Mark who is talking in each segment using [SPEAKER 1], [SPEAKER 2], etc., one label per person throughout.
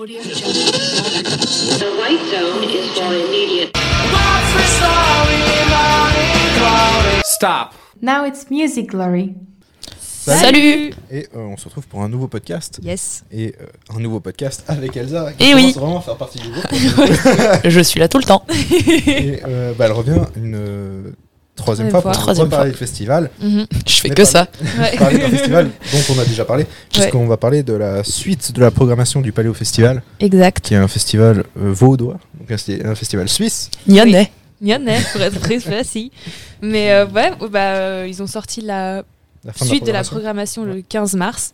[SPEAKER 1] Audio Jungle.
[SPEAKER 2] The white zone is for immediate
[SPEAKER 3] Stop
[SPEAKER 4] Now it's music glory.
[SPEAKER 5] Salut
[SPEAKER 6] Et euh, on se retrouve pour un nouveau podcast.
[SPEAKER 5] Yes
[SPEAKER 6] Et euh, un nouveau podcast avec Elsa, qui
[SPEAKER 5] Eh
[SPEAKER 6] commence
[SPEAKER 5] oui.
[SPEAKER 6] vraiment à faire partie du groupe.
[SPEAKER 5] Je suis là tout le temps.
[SPEAKER 6] et euh, bah, elle revient une euh, troisième
[SPEAKER 7] Troisième
[SPEAKER 6] fois pour
[SPEAKER 7] fois.
[SPEAKER 5] Troisième
[SPEAKER 6] reparler de festival.
[SPEAKER 5] Je fais
[SPEAKER 6] Mais
[SPEAKER 5] que
[SPEAKER 6] pas-
[SPEAKER 5] ça.
[SPEAKER 6] Parler d'un festival dont on a déjà parlé, puisqu'on va parler de la suite de la programmation du Paléo Festival,
[SPEAKER 7] Exact.
[SPEAKER 6] qui est un festival euh, vaudois, donc un, sti- un festival suisse.
[SPEAKER 5] Nyonnais.
[SPEAKER 7] Nyonnais, pour être très précis. Mais euh, ouais, oh, bah, euh, ils ont sorti la
[SPEAKER 6] La fin
[SPEAKER 7] suite de la
[SPEAKER 6] programmation.
[SPEAKER 7] programmation le 15 mars.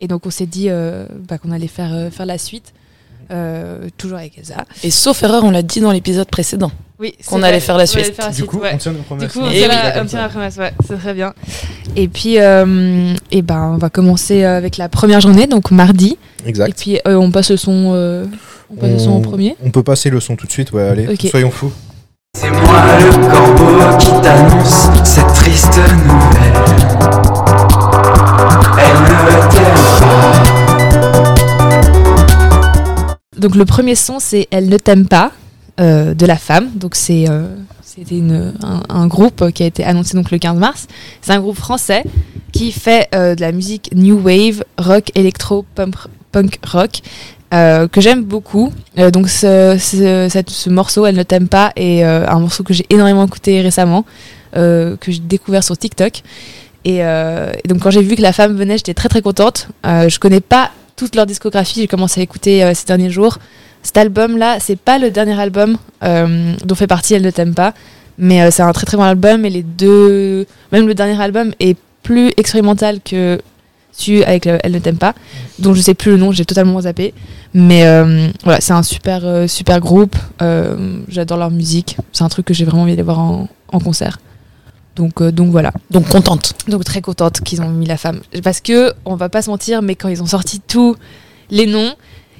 [SPEAKER 7] Et donc, on s'est dit euh, bah, qu'on allait faire, euh, faire la suite. Euh, toujours avec Elsa.
[SPEAKER 5] Et sauf erreur, on l'a dit dans l'épisode précédent.
[SPEAKER 7] Oui, c'est
[SPEAKER 5] Qu'on
[SPEAKER 7] vrai,
[SPEAKER 5] allait faire la
[SPEAKER 7] on allait
[SPEAKER 5] suite.
[SPEAKER 7] faire la
[SPEAKER 6] Du coup,
[SPEAKER 7] ouais.
[SPEAKER 6] on Eh tient nos promesses.
[SPEAKER 7] Du coup, on
[SPEAKER 5] Et
[SPEAKER 7] tient
[SPEAKER 5] oui,
[SPEAKER 7] la-
[SPEAKER 6] comme
[SPEAKER 7] on tient
[SPEAKER 6] ça.
[SPEAKER 7] la promesse, ouais, c'est très bien. Et puis, euh, et ben, on va commencer avec la première journée, donc mardi. Et
[SPEAKER 6] Exact.
[SPEAKER 7] puis, euh, on passe le son, euh, on passe le son en premier.
[SPEAKER 6] on peut passer le son tout de suite, ouais, allez,
[SPEAKER 7] Ok.
[SPEAKER 6] soyons fous.
[SPEAKER 8] C'est moi le corbeau qui t'annonce cette triste nouvelle. Elle ne t'aime pas.
[SPEAKER 7] Donc le premier son, c'est Elle ne t'aime pas euh, de la femme. Donc c'est euh, c'était une- un, un groupe qui a été annoncé donc le 15 mars. C'est un groupe français qui fait euh, de la musique new wave, rock, électro, punk, punk rock. euh, que j'aime beaucoup. Euh, donc ce, ce- cette- ce morceau, Elle ne t'aime pas, est euh, un morceau que j'ai énormément écouté récemment, euh, que j'ai découvert sur TikTok. Et, euh, et donc quand j'ai vu que la femme venait, j'étais très très contente. Euh, je connais pas toute leur discographie, j'ai commencé à écouter euh, ces derniers jours. Cet album-là, c'est pas le dernier album euh, dont fait partie Elle ne t'aime pas, mais euh, c'est un très très bon album et les deux, même le dernier album est plus expérimental que celui avec le- Elle ne t'aime pas, dont je sais plus le nom, j'ai totalement zappé. Mais euh, voilà, c'est un super euh, super groupe, euh, j'adore leur musique, c'est un truc que j'ai vraiment envie d'aller voir en, en concert. Donc, euh, donc voilà.
[SPEAKER 5] Donc contente.
[SPEAKER 7] Donc très contente qu'ils ont mis la femme. Parce que, on va pas se mentir, mais quand ils ont sorti tous les noms,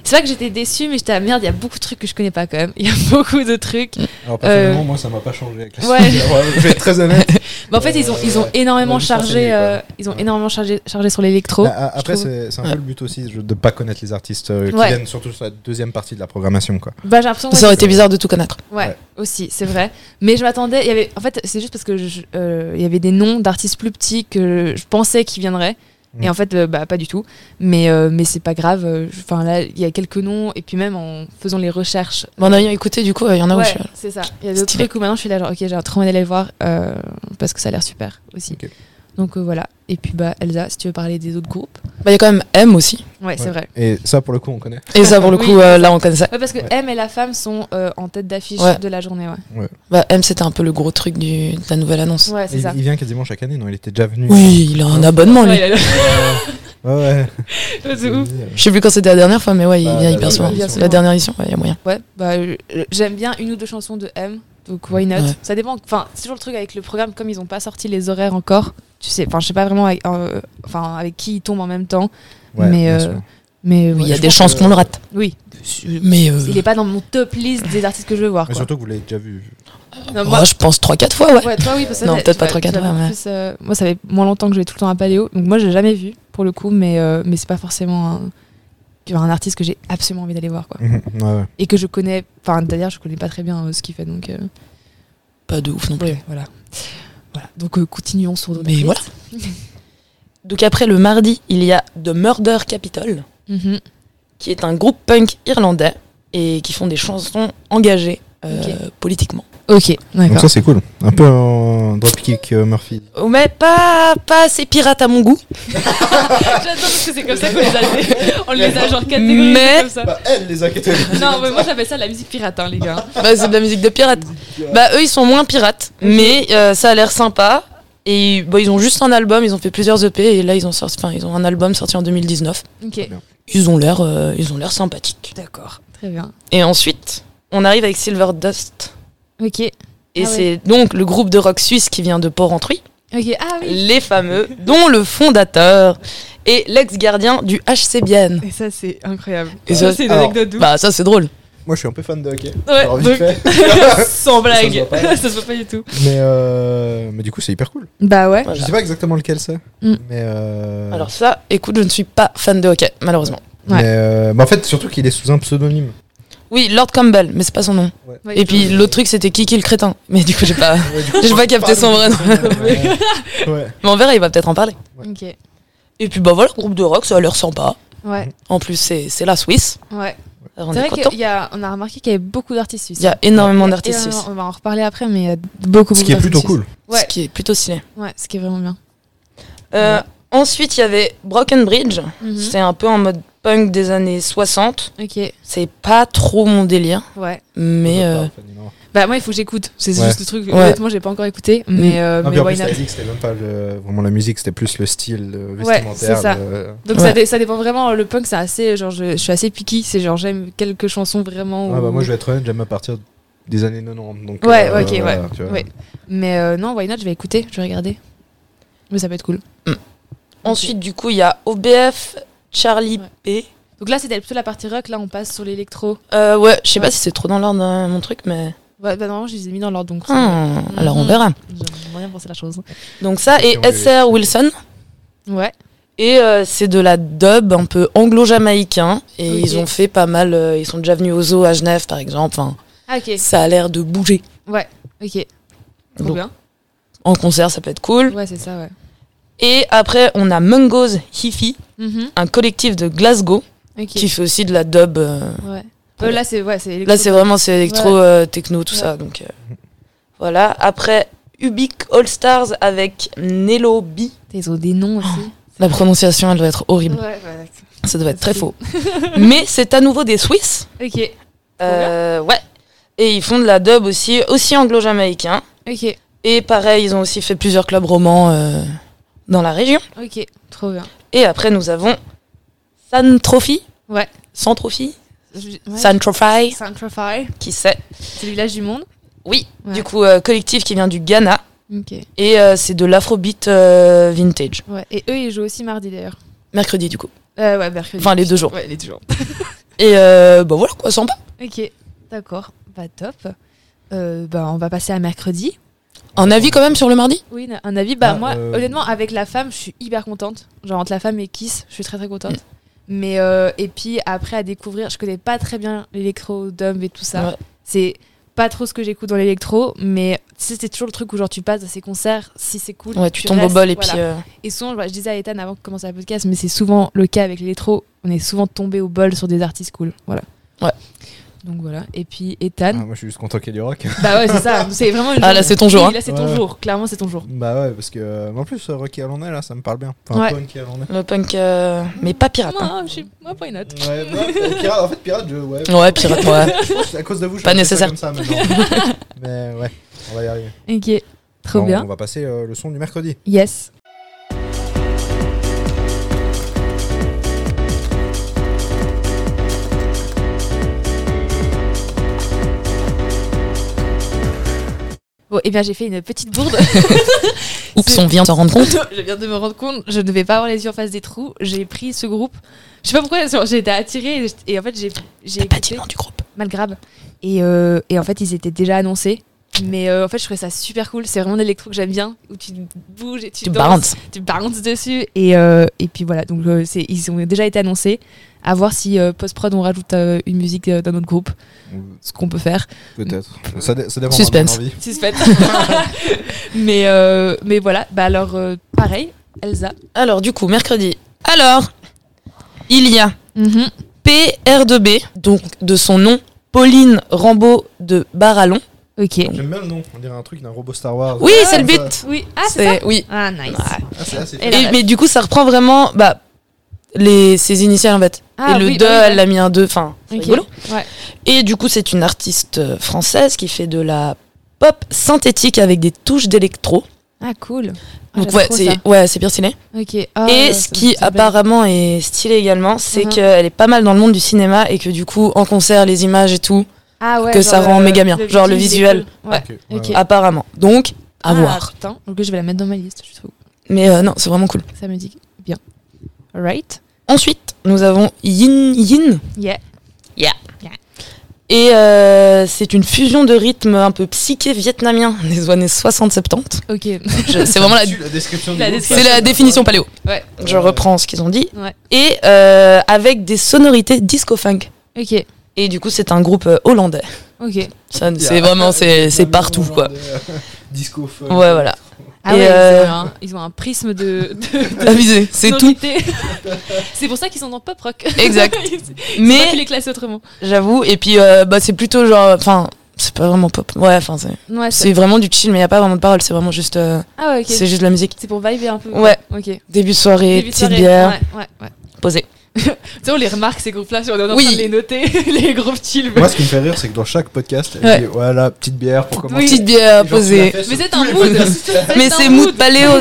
[SPEAKER 7] c'est vrai que j'étais déçue, mais j'étais à merde, il y a beaucoup de trucs que je connais pas quand même. Il y a beaucoup de trucs.
[SPEAKER 6] Alors, personnellement, moi, ça m'a pas changé avec la
[SPEAKER 7] Euh, ouais.
[SPEAKER 6] suite. Ouais, je vais être très honnête.
[SPEAKER 7] Mais en fait, ils ont, ils ont
[SPEAKER 6] Euh, on
[SPEAKER 7] énormément
[SPEAKER 6] a juste enchaîné,
[SPEAKER 7] chargé,
[SPEAKER 6] quoi.
[SPEAKER 7] euh, ils ont
[SPEAKER 6] Ouais.
[SPEAKER 7] énormément chargé, chargé sur l'électro.
[SPEAKER 6] Bah, a-
[SPEAKER 7] je
[SPEAKER 6] après,
[SPEAKER 7] trouve.
[SPEAKER 6] c'est c'est un
[SPEAKER 5] Ouais.
[SPEAKER 6] peu le but aussi je- de pas connaître les artistes euh, qui
[SPEAKER 7] Ouais.
[SPEAKER 6] viennent surtout sur la deuxième partie de la programmation. Quoi.
[SPEAKER 7] Bah, j'ai l'impression
[SPEAKER 5] Ça
[SPEAKER 7] ouais,
[SPEAKER 5] aurait été bizarre de tout connaître.
[SPEAKER 7] Ouais,
[SPEAKER 6] Ouais.
[SPEAKER 7] aussi, c'est vrai. Mais je m'attendais. Il y avait, en fait, c'est juste parce que je- euh, il y avait des noms d'artistes plus petits que je pensais qu'ils viendraient. Et
[SPEAKER 6] Mm.
[SPEAKER 7] en fait, euh, bah, pas du tout. Mais, euh, mais c'est pas grave. euh, je- Enfin, là, il y a quelques noms. Et puis, même en faisant les recherches.
[SPEAKER 5] Bon, en ayant écouté, du coup, il y en a où
[SPEAKER 7] ouais,
[SPEAKER 5] je suis allée.
[SPEAKER 7] c'est ça. Il y a d'autres
[SPEAKER 5] Stylé.
[SPEAKER 7] trucs où maintenant je suis là, genre, ok, j'ai trop envie d'aller le voir euh, parce que ça a l'air super aussi.
[SPEAKER 6] Ok.
[SPEAKER 7] Donc euh, voilà. Et puis, bah, Elsa, si tu veux parler des autres groupes.
[SPEAKER 5] Bah, il y a quand même M aussi.
[SPEAKER 7] Ouais, c'est
[SPEAKER 6] Ouais.
[SPEAKER 7] vrai.
[SPEAKER 6] Et ça, pour le coup, on connaît.
[SPEAKER 5] Et ça, pour le
[SPEAKER 7] Oui.
[SPEAKER 5] coup, euh, là, on connaît ça.
[SPEAKER 7] Ouais, parce que
[SPEAKER 6] Ouais.
[SPEAKER 7] M et la femme sont euh, en tête d'affiche
[SPEAKER 5] Ouais.
[SPEAKER 7] de la journée, ouais.
[SPEAKER 5] Bah, M, c'était un peu le gros truc du, de la nouvelle annonce.
[SPEAKER 7] Ouais, Ah, c'est
[SPEAKER 6] il,
[SPEAKER 7] ça.
[SPEAKER 6] il vient quasiment chaque année, non Il était déjà venu.
[SPEAKER 5] Oui, Oh, il a un abonnement, lui.
[SPEAKER 7] Ouais,
[SPEAKER 6] Ouais, ouais.
[SPEAKER 7] c'est ouf.
[SPEAKER 5] Je sais plus quand c'était la dernière fois, mais ouais, il
[SPEAKER 6] Bah, la
[SPEAKER 5] vient hyper
[SPEAKER 6] dernière
[SPEAKER 5] souvent.
[SPEAKER 7] édition.
[SPEAKER 5] La dernière édition, ouais, il y a moyen.
[SPEAKER 7] Ouais, bah, euh, j'aime bien une ou deux chansons de M, donc why not
[SPEAKER 5] Ouais.
[SPEAKER 7] Ça dépend. Enfin, c'est toujours le truc avec le programme, comme ils ont pas sorti les horaires encore, tu sais, enfin, je sais pas vraiment avec, euh, enfin, avec qui ils tombent en même temps,
[SPEAKER 6] Ouais,
[SPEAKER 7] Mais,
[SPEAKER 6] bien
[SPEAKER 7] euh,
[SPEAKER 6] sûr.
[SPEAKER 7] mais
[SPEAKER 5] Oui, il y a
[SPEAKER 7] je
[SPEAKER 5] des
[SPEAKER 7] pense
[SPEAKER 5] chances
[SPEAKER 7] que-
[SPEAKER 5] qu'on le rate.
[SPEAKER 7] Oui,
[SPEAKER 5] Mais. euh,
[SPEAKER 7] il est pas dans mon top list des artistes que je veux voir.
[SPEAKER 6] Mais
[SPEAKER 7] quoi.
[SPEAKER 6] surtout que vous l'avez déjà vu.
[SPEAKER 7] Non,
[SPEAKER 5] ouais,
[SPEAKER 7] moi,
[SPEAKER 5] je pense 3-4 fois, ouais.
[SPEAKER 7] ouais, toi, oui, parce que
[SPEAKER 5] Non,
[SPEAKER 7] ça,
[SPEAKER 5] peut-être
[SPEAKER 7] tu
[SPEAKER 5] pas
[SPEAKER 7] vas-
[SPEAKER 5] trois,
[SPEAKER 7] tu
[SPEAKER 5] quatre
[SPEAKER 7] vas
[SPEAKER 5] fois,
[SPEAKER 7] voir
[SPEAKER 5] ouais.
[SPEAKER 7] plus, euh, moi, ça fait moins longtemps que je vais tout le temps à Paléo, donc moi, j'ai jamais vu pour le coup, mais, euh, mais c'est pas forcément un, un artiste que j'ai absolument envie d'aller voir, quoi.
[SPEAKER 6] Mhm, ouais, ouais.
[SPEAKER 7] Et que je connais, enfin, d'ailleurs, je connais pas très bien euh, ce qu'il fait, donc. euh,
[SPEAKER 5] Pas de ouf non plus.
[SPEAKER 7] Oui, voilà. Voilà. Donc euh, continuons sur d'autres
[SPEAKER 5] Mais
[SPEAKER 7] listes.
[SPEAKER 5] voilà. Donc, après le mardi, il y a The Murder Capital,
[SPEAKER 7] Mhm.
[SPEAKER 5] qui est un groupe punk irlandais et qui font des chansons engagées euh, politiquement.
[SPEAKER 7] Ok,
[SPEAKER 6] Donc,
[SPEAKER 7] d'accord.
[SPEAKER 6] ça, c'est cool. Un peu en dropkick euh, Murphy.
[SPEAKER 5] Oh, Mais pas, pas assez pirate à mon goût.
[SPEAKER 7] J'adore parce que c'est comme ça qu'on les a, on les a genre
[SPEAKER 5] catégorisés Mais- comme
[SPEAKER 7] ça.
[SPEAKER 6] Bah, elle les a quittés.
[SPEAKER 7] Non, mais moi j'appelle ça la musique pirate, hein, les gars.
[SPEAKER 5] Bah, c'est de la musique de pirate. Bah, eux, ils sont moins pirates,
[SPEAKER 7] Mhm.
[SPEAKER 5] mais euh, ça a l'air sympa. Et bah, ils ont juste un album, ils ont fait plusieurs EP, et là, ils ont, sorti, enfin, ils ont un album sorti en 2019.
[SPEAKER 7] Ok,
[SPEAKER 5] Ils ont l'air euh, ils ont l'air sympathiques.
[SPEAKER 7] d'accord. Très bien.
[SPEAKER 5] Et ensuite, on arrive avec Silver Dust.
[SPEAKER 7] Ok.
[SPEAKER 5] Et
[SPEAKER 7] Ah ouais.
[SPEAKER 5] c'est donc le groupe de rock suisse qui vient de Port-Entruy,
[SPEAKER 7] Ok, ah oui.
[SPEAKER 5] les fameux, dont le fondateur est l'ex-gardien du HC Bienne.
[SPEAKER 7] Et ça, c'est incroyable.
[SPEAKER 5] Et ça,
[SPEAKER 7] Ah, c'est une
[SPEAKER 6] alors,
[SPEAKER 7] anecdote douce.
[SPEAKER 5] Bah, ça, c'est drôle.
[SPEAKER 6] Moi, je suis un peu fan de hockey.
[SPEAKER 7] Ouais,
[SPEAKER 6] Alors, vite
[SPEAKER 7] donc-
[SPEAKER 6] fait.
[SPEAKER 7] Sans blague.
[SPEAKER 6] se voit pas.
[SPEAKER 7] se voit pas du tout.
[SPEAKER 6] Mais, euh, mais du coup, c'est hyper cool.
[SPEAKER 7] Bah ouais.
[SPEAKER 6] Je sais pas exactement lequel c'est.
[SPEAKER 7] Mm.
[SPEAKER 6] Mais. euh,
[SPEAKER 5] Alors ça, écoute, je ne suis pas fan de hockey, malheureusement.
[SPEAKER 7] Ouais.
[SPEAKER 6] Mais, euh, mais en fait, surtout qu'il est sous un pseudonyme.
[SPEAKER 5] Oui, Lord Campbell, mais c'est pas son nom.
[SPEAKER 6] Ouais.
[SPEAKER 5] Et puis l'autre truc, c'était Kiki le crétin. Mais du coup, j'ai pas.
[SPEAKER 6] Ouais, du coup,
[SPEAKER 5] J'ai pas
[SPEAKER 6] je
[SPEAKER 5] capté
[SPEAKER 6] parle
[SPEAKER 5] son vrai nom.
[SPEAKER 6] de- Ouais.
[SPEAKER 5] Mais on verra, il va peut-être en parler.
[SPEAKER 7] Ok.
[SPEAKER 5] Et puis bah voilà, groupe de rock, ça a l'air sympa.
[SPEAKER 7] Ouais.
[SPEAKER 5] En plus, c'est c'est la Suisse.
[SPEAKER 7] Ouais.
[SPEAKER 5] On
[SPEAKER 7] C'est vrai
[SPEAKER 5] est content.
[SPEAKER 7] qu'on a, on a remarqué qu'il y avait beaucoup d'artistes suisses.
[SPEAKER 5] Il y a énormément
[SPEAKER 7] Et
[SPEAKER 5] d'artistes
[SPEAKER 7] on-
[SPEAKER 5] suisses.
[SPEAKER 7] On va en reparler après, mais il y a beaucoup, beaucoup
[SPEAKER 6] Ce qui est plutôt
[SPEAKER 7] d'artistes
[SPEAKER 6] cool.
[SPEAKER 7] Ouais.
[SPEAKER 5] Ce qui est plutôt stylé.
[SPEAKER 7] suisses. Ouais, ce qui est vraiment bien.
[SPEAKER 5] Euh, Ensuite, il y avait Broken Bridge.
[SPEAKER 7] Mhm.
[SPEAKER 5] C'est un peu en mode punk des années 60.
[SPEAKER 7] Ok,
[SPEAKER 5] C'est pas trop mon délire,
[SPEAKER 7] ouais.
[SPEAKER 5] mais euh,
[SPEAKER 6] Ah, Fanny, non.
[SPEAKER 7] Bah, moi, il faut que j'écoute. C'est
[SPEAKER 6] Ouais.
[SPEAKER 7] juste le truc.
[SPEAKER 5] Ouais. Mhm.
[SPEAKER 7] Honnêtement, j'ai pas encore écouté, mais, euh,
[SPEAKER 6] Non,
[SPEAKER 7] mais
[SPEAKER 6] puis en
[SPEAKER 7] why
[SPEAKER 6] plus,
[SPEAKER 7] not.
[SPEAKER 6] la musique, c'était même pas le- vraiment la musique, c'était plus le style euh, vestimentaire.
[SPEAKER 7] c'est ça.
[SPEAKER 6] le-
[SPEAKER 7] Donc
[SPEAKER 5] Ouais.
[SPEAKER 7] ça, dé- ça dépend vraiment. Le punk, c'est assez. Genre, je, je suis assez picky. C'est genre, j'aime quelques chansons vraiment.
[SPEAKER 6] Ah, bah,
[SPEAKER 7] ou-
[SPEAKER 6] moi, je vais être honnête, j'aime à partir des années 90. Donc,
[SPEAKER 7] Ouais,
[SPEAKER 6] euh,
[SPEAKER 7] ok, ouais.
[SPEAKER 6] voilà, tu vois.
[SPEAKER 7] Ouais. Mais euh, non, why not, je vais écouter, je vais regarder. Mais ça peut être cool.
[SPEAKER 5] Mm. ensuite, du coup, il y a OBF, Charlie P.
[SPEAKER 7] Donc là, c'était plutôt la partie rock. Là, on passe sur l'électro.
[SPEAKER 5] Euh, ouais, je sais
[SPEAKER 7] Ouais.
[SPEAKER 5] pas si c'est trop dans l'ordre euh, mon truc, mais
[SPEAKER 7] Ouais, bah, normalement, je les ai mis dans l'ordre. Donc, ça-
[SPEAKER 5] Hmm, alors on
[SPEAKER 7] Mhm.
[SPEAKER 5] verra.
[SPEAKER 7] j'ai rien pensé à la chose.
[SPEAKER 5] Donc ça et
[SPEAKER 6] Ok, on
[SPEAKER 5] SR Wilson.
[SPEAKER 7] Ouais.
[SPEAKER 5] Et euh, c'est de la dub un peu anglo-jamaïcain. Et
[SPEAKER 7] Ok.
[SPEAKER 5] ils ont fait pas mal. euh, ils sont déjà venus au zoo à Genève, par exemple. Enfin,
[SPEAKER 7] Ah, ok.
[SPEAKER 5] ça a l'air de bouger.
[SPEAKER 7] Ok. Trop
[SPEAKER 5] Donc,
[SPEAKER 7] bien.
[SPEAKER 5] En concert, ça peut être cool.
[SPEAKER 7] Ouais, c'est ça, ouais.
[SPEAKER 5] Et après, on a Mungo's Hifi,
[SPEAKER 7] Mhm,
[SPEAKER 5] un collectif de Glasgow
[SPEAKER 7] Ok.
[SPEAKER 5] qui fait aussi de la dub. euh,
[SPEAKER 7] Ouais. Euh, là, c'est ouais, c'est électro.
[SPEAKER 5] Là, c'est vraiment c'est électro,
[SPEAKER 7] Ouais.
[SPEAKER 5] euh, techno, tout
[SPEAKER 7] Ouais.
[SPEAKER 5] ça. Donc euh, voilà. Après, Ubik All Stars avec Nello B.
[SPEAKER 7] Ils ont des noms aussi.
[SPEAKER 5] La prononciation, elle doit être horrible.
[SPEAKER 7] ouais, ouais.
[SPEAKER 5] Ça doit être très
[SPEAKER 7] Si.
[SPEAKER 5] faux. Mais c'est à nouveau des Suisses.
[SPEAKER 7] Ok.
[SPEAKER 5] Euh, ouais. Et ils font de la dub aussi, aussi anglo-jamaïcain.
[SPEAKER 7] Ok.
[SPEAKER 5] Et pareil, ils ont aussi fait plusieurs clubs romans euh, dans la région.
[SPEAKER 7] Ok. Trop bien.
[SPEAKER 5] Et après, nous avons San Trophy.
[SPEAKER 7] Ouais.
[SPEAKER 5] San Trophy.
[SPEAKER 7] Ouais.
[SPEAKER 5] San Trophy.
[SPEAKER 7] Sanctify.
[SPEAKER 5] Qui c'est
[SPEAKER 7] C'est le village du monde.
[SPEAKER 5] Oui.
[SPEAKER 7] Ouais.
[SPEAKER 5] Du coup, euh, collectif qui vient du Ghana.
[SPEAKER 7] Ok.
[SPEAKER 5] Et euh, c'est de l'afrobeat euh, vintage.
[SPEAKER 7] Ouais. Et eux, ils jouent aussi mardi d'ailleurs.
[SPEAKER 5] Mercredi, du coup.
[SPEAKER 7] Euh, ouais, mercredi.
[SPEAKER 5] Enfin, les deux jours.
[SPEAKER 7] Ouais, les deux jours.
[SPEAKER 5] Et euh, bah voilà, quoi, sympa.
[SPEAKER 7] Ok, d'accord. Bah, top. Euh, bah, on va passer à mercredi.
[SPEAKER 5] Un avis quand même sur le mardi
[SPEAKER 7] Oui, na- un avis. Bah,
[SPEAKER 6] Ah,
[SPEAKER 7] moi,
[SPEAKER 6] euh,
[SPEAKER 7] honnêtement, avec la femme, je suis hyper contente. Genre, entre la femme et Kiss, je suis très très
[SPEAKER 5] Mm.
[SPEAKER 7] contente. Mais, euh, et puis après, à découvrir, je connais pas très bien l'électro, dumb et tout ça.
[SPEAKER 5] Ouais.
[SPEAKER 7] C'est pas trop ce que j'écoute dans l'électro, mais tu sais, c'est toujours le truc où genre tu passes à ces concerts, si c'est cool.
[SPEAKER 5] Ouais, tu, tombes
[SPEAKER 7] restes,
[SPEAKER 5] au bol et
[SPEAKER 7] voilà.
[SPEAKER 5] puis. euh,
[SPEAKER 7] Et souvent, bah, je je disais à Ethan avant de commencer le podcast, mais c'est souvent le cas avec l'électro. On est souvent tombé au bol sur des artistes cool. Voilà.
[SPEAKER 5] Ouais.
[SPEAKER 7] Donc voilà. Et puis
[SPEAKER 6] Ah,
[SPEAKER 7] Ethan.
[SPEAKER 6] moi, je suis juste content qu'il y ait du rock.
[SPEAKER 7] Bah ouais, c'est ça. C'est vraiment une
[SPEAKER 5] Ah, là,
[SPEAKER 7] journée-
[SPEAKER 5] c'est ton jour,
[SPEAKER 7] Oui,
[SPEAKER 5] hein.
[SPEAKER 7] Là, c'est ton
[SPEAKER 6] Ouais.
[SPEAKER 7] jour. Clairement, c'est ton jour.
[SPEAKER 6] bah ouais, parce que. euh, En plus, euh, rock irlandais, là, ça me parle bien. Enfin,
[SPEAKER 7] Ouais.
[SPEAKER 6] punk irlandais.
[SPEAKER 5] Le punk, euh, mais pas pirate. hein.
[SPEAKER 7] Moi, je suis. Moi, pas une autre.
[SPEAKER 6] Ouais, bah, euh, pirate, en fait, pirate, je. Ouais.
[SPEAKER 5] Ouais, pirate, ouais.
[SPEAKER 6] Je pense que à cause de vous, je
[SPEAKER 5] Pas
[SPEAKER 6] fais
[SPEAKER 5] nécessaire.
[SPEAKER 6] Comme ça, maintenant. mais ouais, on va y arriver.
[SPEAKER 7] Ok. Trop
[SPEAKER 6] Bon,
[SPEAKER 7] bien.
[SPEAKER 6] On va passer euh, le son du mercredi.
[SPEAKER 7] Yes. Bon, eh bien, j'ai fait une petite bourde.
[SPEAKER 5] Oups, on vient de s'en rendre compte.
[SPEAKER 7] je viens de me rendre compte, je ne devais pas avoir les yeux en face des trous. J'ai pris ce groupe. Je sais pas pourquoi, genre, j'ai été attirée et, et en fait, j'ai j'ai
[SPEAKER 5] T'as pas
[SPEAKER 7] écouté
[SPEAKER 5] dit le nom du groupe.
[SPEAKER 7] Malgrave. Et, euh, et en fait, ils étaient déjà annoncés. Mais euh, en fait, je trouvais ça super cool. C'est vraiment de l'électro que j'aime bien, où tu bouges et tu,
[SPEAKER 5] Tu
[SPEAKER 7] danses,
[SPEAKER 5] bounces.
[SPEAKER 7] tu bounces dessus. Et, euh, et puis voilà, donc euh, c'est- ils ont déjà été annoncés. À voir si euh, post-prod, on rajoute euh, une musique euh, d'un autre groupe, ce qu'on peut faire.
[SPEAKER 6] Peut-être. Ça, dé- ça dépend
[SPEAKER 5] Suspense.
[SPEAKER 6] de mon envie.
[SPEAKER 7] Suspect. mais, euh, mais voilà, bah alors, euh, pareil, Elsa.
[SPEAKER 5] Alors, du coup, mercredi. Alors, il y a
[SPEAKER 7] Mhm.
[SPEAKER 5] PR2B, donc de son nom, Pauline Rambaud de Barallon.
[SPEAKER 7] Ok.
[SPEAKER 6] J'aime bien le nom. On dirait un truc d'un robot Star Wars.
[SPEAKER 5] Oui, c'est le
[SPEAKER 6] Comme ça.
[SPEAKER 5] but.
[SPEAKER 7] Oui, ah, c'est ça
[SPEAKER 5] Oui.
[SPEAKER 7] Ah, nice.
[SPEAKER 6] Ah, c'est assez
[SPEAKER 7] Et
[SPEAKER 6] fun.
[SPEAKER 7] la
[SPEAKER 5] Et-
[SPEAKER 7] ref.
[SPEAKER 5] mais du coup, ça reprend vraiment bah, les, ses initiales en fait.
[SPEAKER 7] Ah,
[SPEAKER 5] et le
[SPEAKER 7] oui,
[SPEAKER 5] 2,
[SPEAKER 7] bah oui,
[SPEAKER 5] elle l'a mis un 2. Enfin, c'est
[SPEAKER 7] Ok.
[SPEAKER 5] rigolo.
[SPEAKER 7] Ouais.
[SPEAKER 5] Et du coup, c'est une artiste euh, française qui fait de la pop synthétique avec des touches d'électro.
[SPEAKER 7] Ah, cool. Ah,
[SPEAKER 5] Donc,
[SPEAKER 7] j'aime
[SPEAKER 5] ouais,
[SPEAKER 7] trop ça.
[SPEAKER 5] c'est ouais, c'est bien stylé.
[SPEAKER 7] Ok. Ah,
[SPEAKER 5] Et
[SPEAKER 7] ça
[SPEAKER 5] ce
[SPEAKER 7] me fait
[SPEAKER 5] qui
[SPEAKER 7] plaisir.
[SPEAKER 5] apparemment est stylé également, c'est
[SPEAKER 7] Mhm.
[SPEAKER 5] qu'elle est pas mal dans le monde du cinéma et que du coup, en concert, les images et tout,
[SPEAKER 7] Ah ouais,
[SPEAKER 5] que ça
[SPEAKER 7] genre
[SPEAKER 5] rend
[SPEAKER 7] le-
[SPEAKER 5] méga bien. Genre le visuel.
[SPEAKER 7] il est cool. Ouais.
[SPEAKER 6] Ok, ouais,
[SPEAKER 7] Ok.
[SPEAKER 6] ouais.
[SPEAKER 5] apparemment. Donc, à
[SPEAKER 7] Ah,
[SPEAKER 5] voir.
[SPEAKER 7] Putain, donc je vais la mettre dans ma liste, je trouve.
[SPEAKER 5] Mais euh, non, c'est vraiment cool.
[SPEAKER 7] Ça me dit bien. Alright.
[SPEAKER 5] Ensuite, nous avons Yin Yin
[SPEAKER 7] Yeah.
[SPEAKER 5] Et euh, c'est une fusion de rythmes un peu psyché vietnamien des années 60-70.
[SPEAKER 7] Ok.
[SPEAKER 5] Je- C'est vraiment la,
[SPEAKER 6] description
[SPEAKER 7] du La groupe.
[SPEAKER 5] c'est la définition paléo.
[SPEAKER 7] Ouais.
[SPEAKER 5] Je reprends ce qu'ils ont dit.
[SPEAKER 7] Ouais.
[SPEAKER 5] Et euh, avec des sonorités disco-funk.
[SPEAKER 7] Ok.
[SPEAKER 5] Et du coup, c'est un groupe euh, hollandais.
[SPEAKER 7] Ok.
[SPEAKER 5] Ça, c'est vraiment, c'est c'est partout, quoi.
[SPEAKER 6] euh, Disco fun.
[SPEAKER 5] Ouais, voilà.
[SPEAKER 7] Ah
[SPEAKER 5] Et
[SPEAKER 7] ouais,
[SPEAKER 5] euh,
[SPEAKER 7] ils, ont un, ils ont un prisme de. de- de
[SPEAKER 5] Abusé, c'est tout.
[SPEAKER 7] sonorité. c'est pour ça qu'ils sont dans pop rock.
[SPEAKER 5] Exact.
[SPEAKER 7] Mais
[SPEAKER 5] Mais
[SPEAKER 7] tu les classes autrement.
[SPEAKER 5] j'avoue, et puis euh, bah, c'est plutôt genre. Enfin, c'est pas vraiment pop. Ouais, enfin, c'est-
[SPEAKER 7] Ouais. Ah, c'est-
[SPEAKER 5] c'est vraiment du chill, mais y a pas vraiment de paroles, c'est vraiment juste. euh,
[SPEAKER 7] Ah ouais. Ok.
[SPEAKER 5] C'est juste de la musique.
[SPEAKER 7] C'est pour vibrer un peu.
[SPEAKER 5] Ouais.
[SPEAKER 7] Ok.
[SPEAKER 5] Début de soirée,
[SPEAKER 7] Début de
[SPEAKER 5] petite
[SPEAKER 7] soirée.
[SPEAKER 5] bière,
[SPEAKER 7] Ouais. ouais, ouais.
[SPEAKER 5] posée.
[SPEAKER 7] Tu sais, on les remarque ces groupes-là, on est en
[SPEAKER 5] Oui.
[SPEAKER 7] train de les noter, les groupes chill.
[SPEAKER 6] Moi, ce qui me fait rire, c'est que dans chaque podcast,
[SPEAKER 7] Ouais.
[SPEAKER 6] elle dit voilà, petite bière pour commencer.
[SPEAKER 5] Petite bière, posée.
[SPEAKER 7] Mais c'est un mood.
[SPEAKER 5] Mais c'est mood paléo,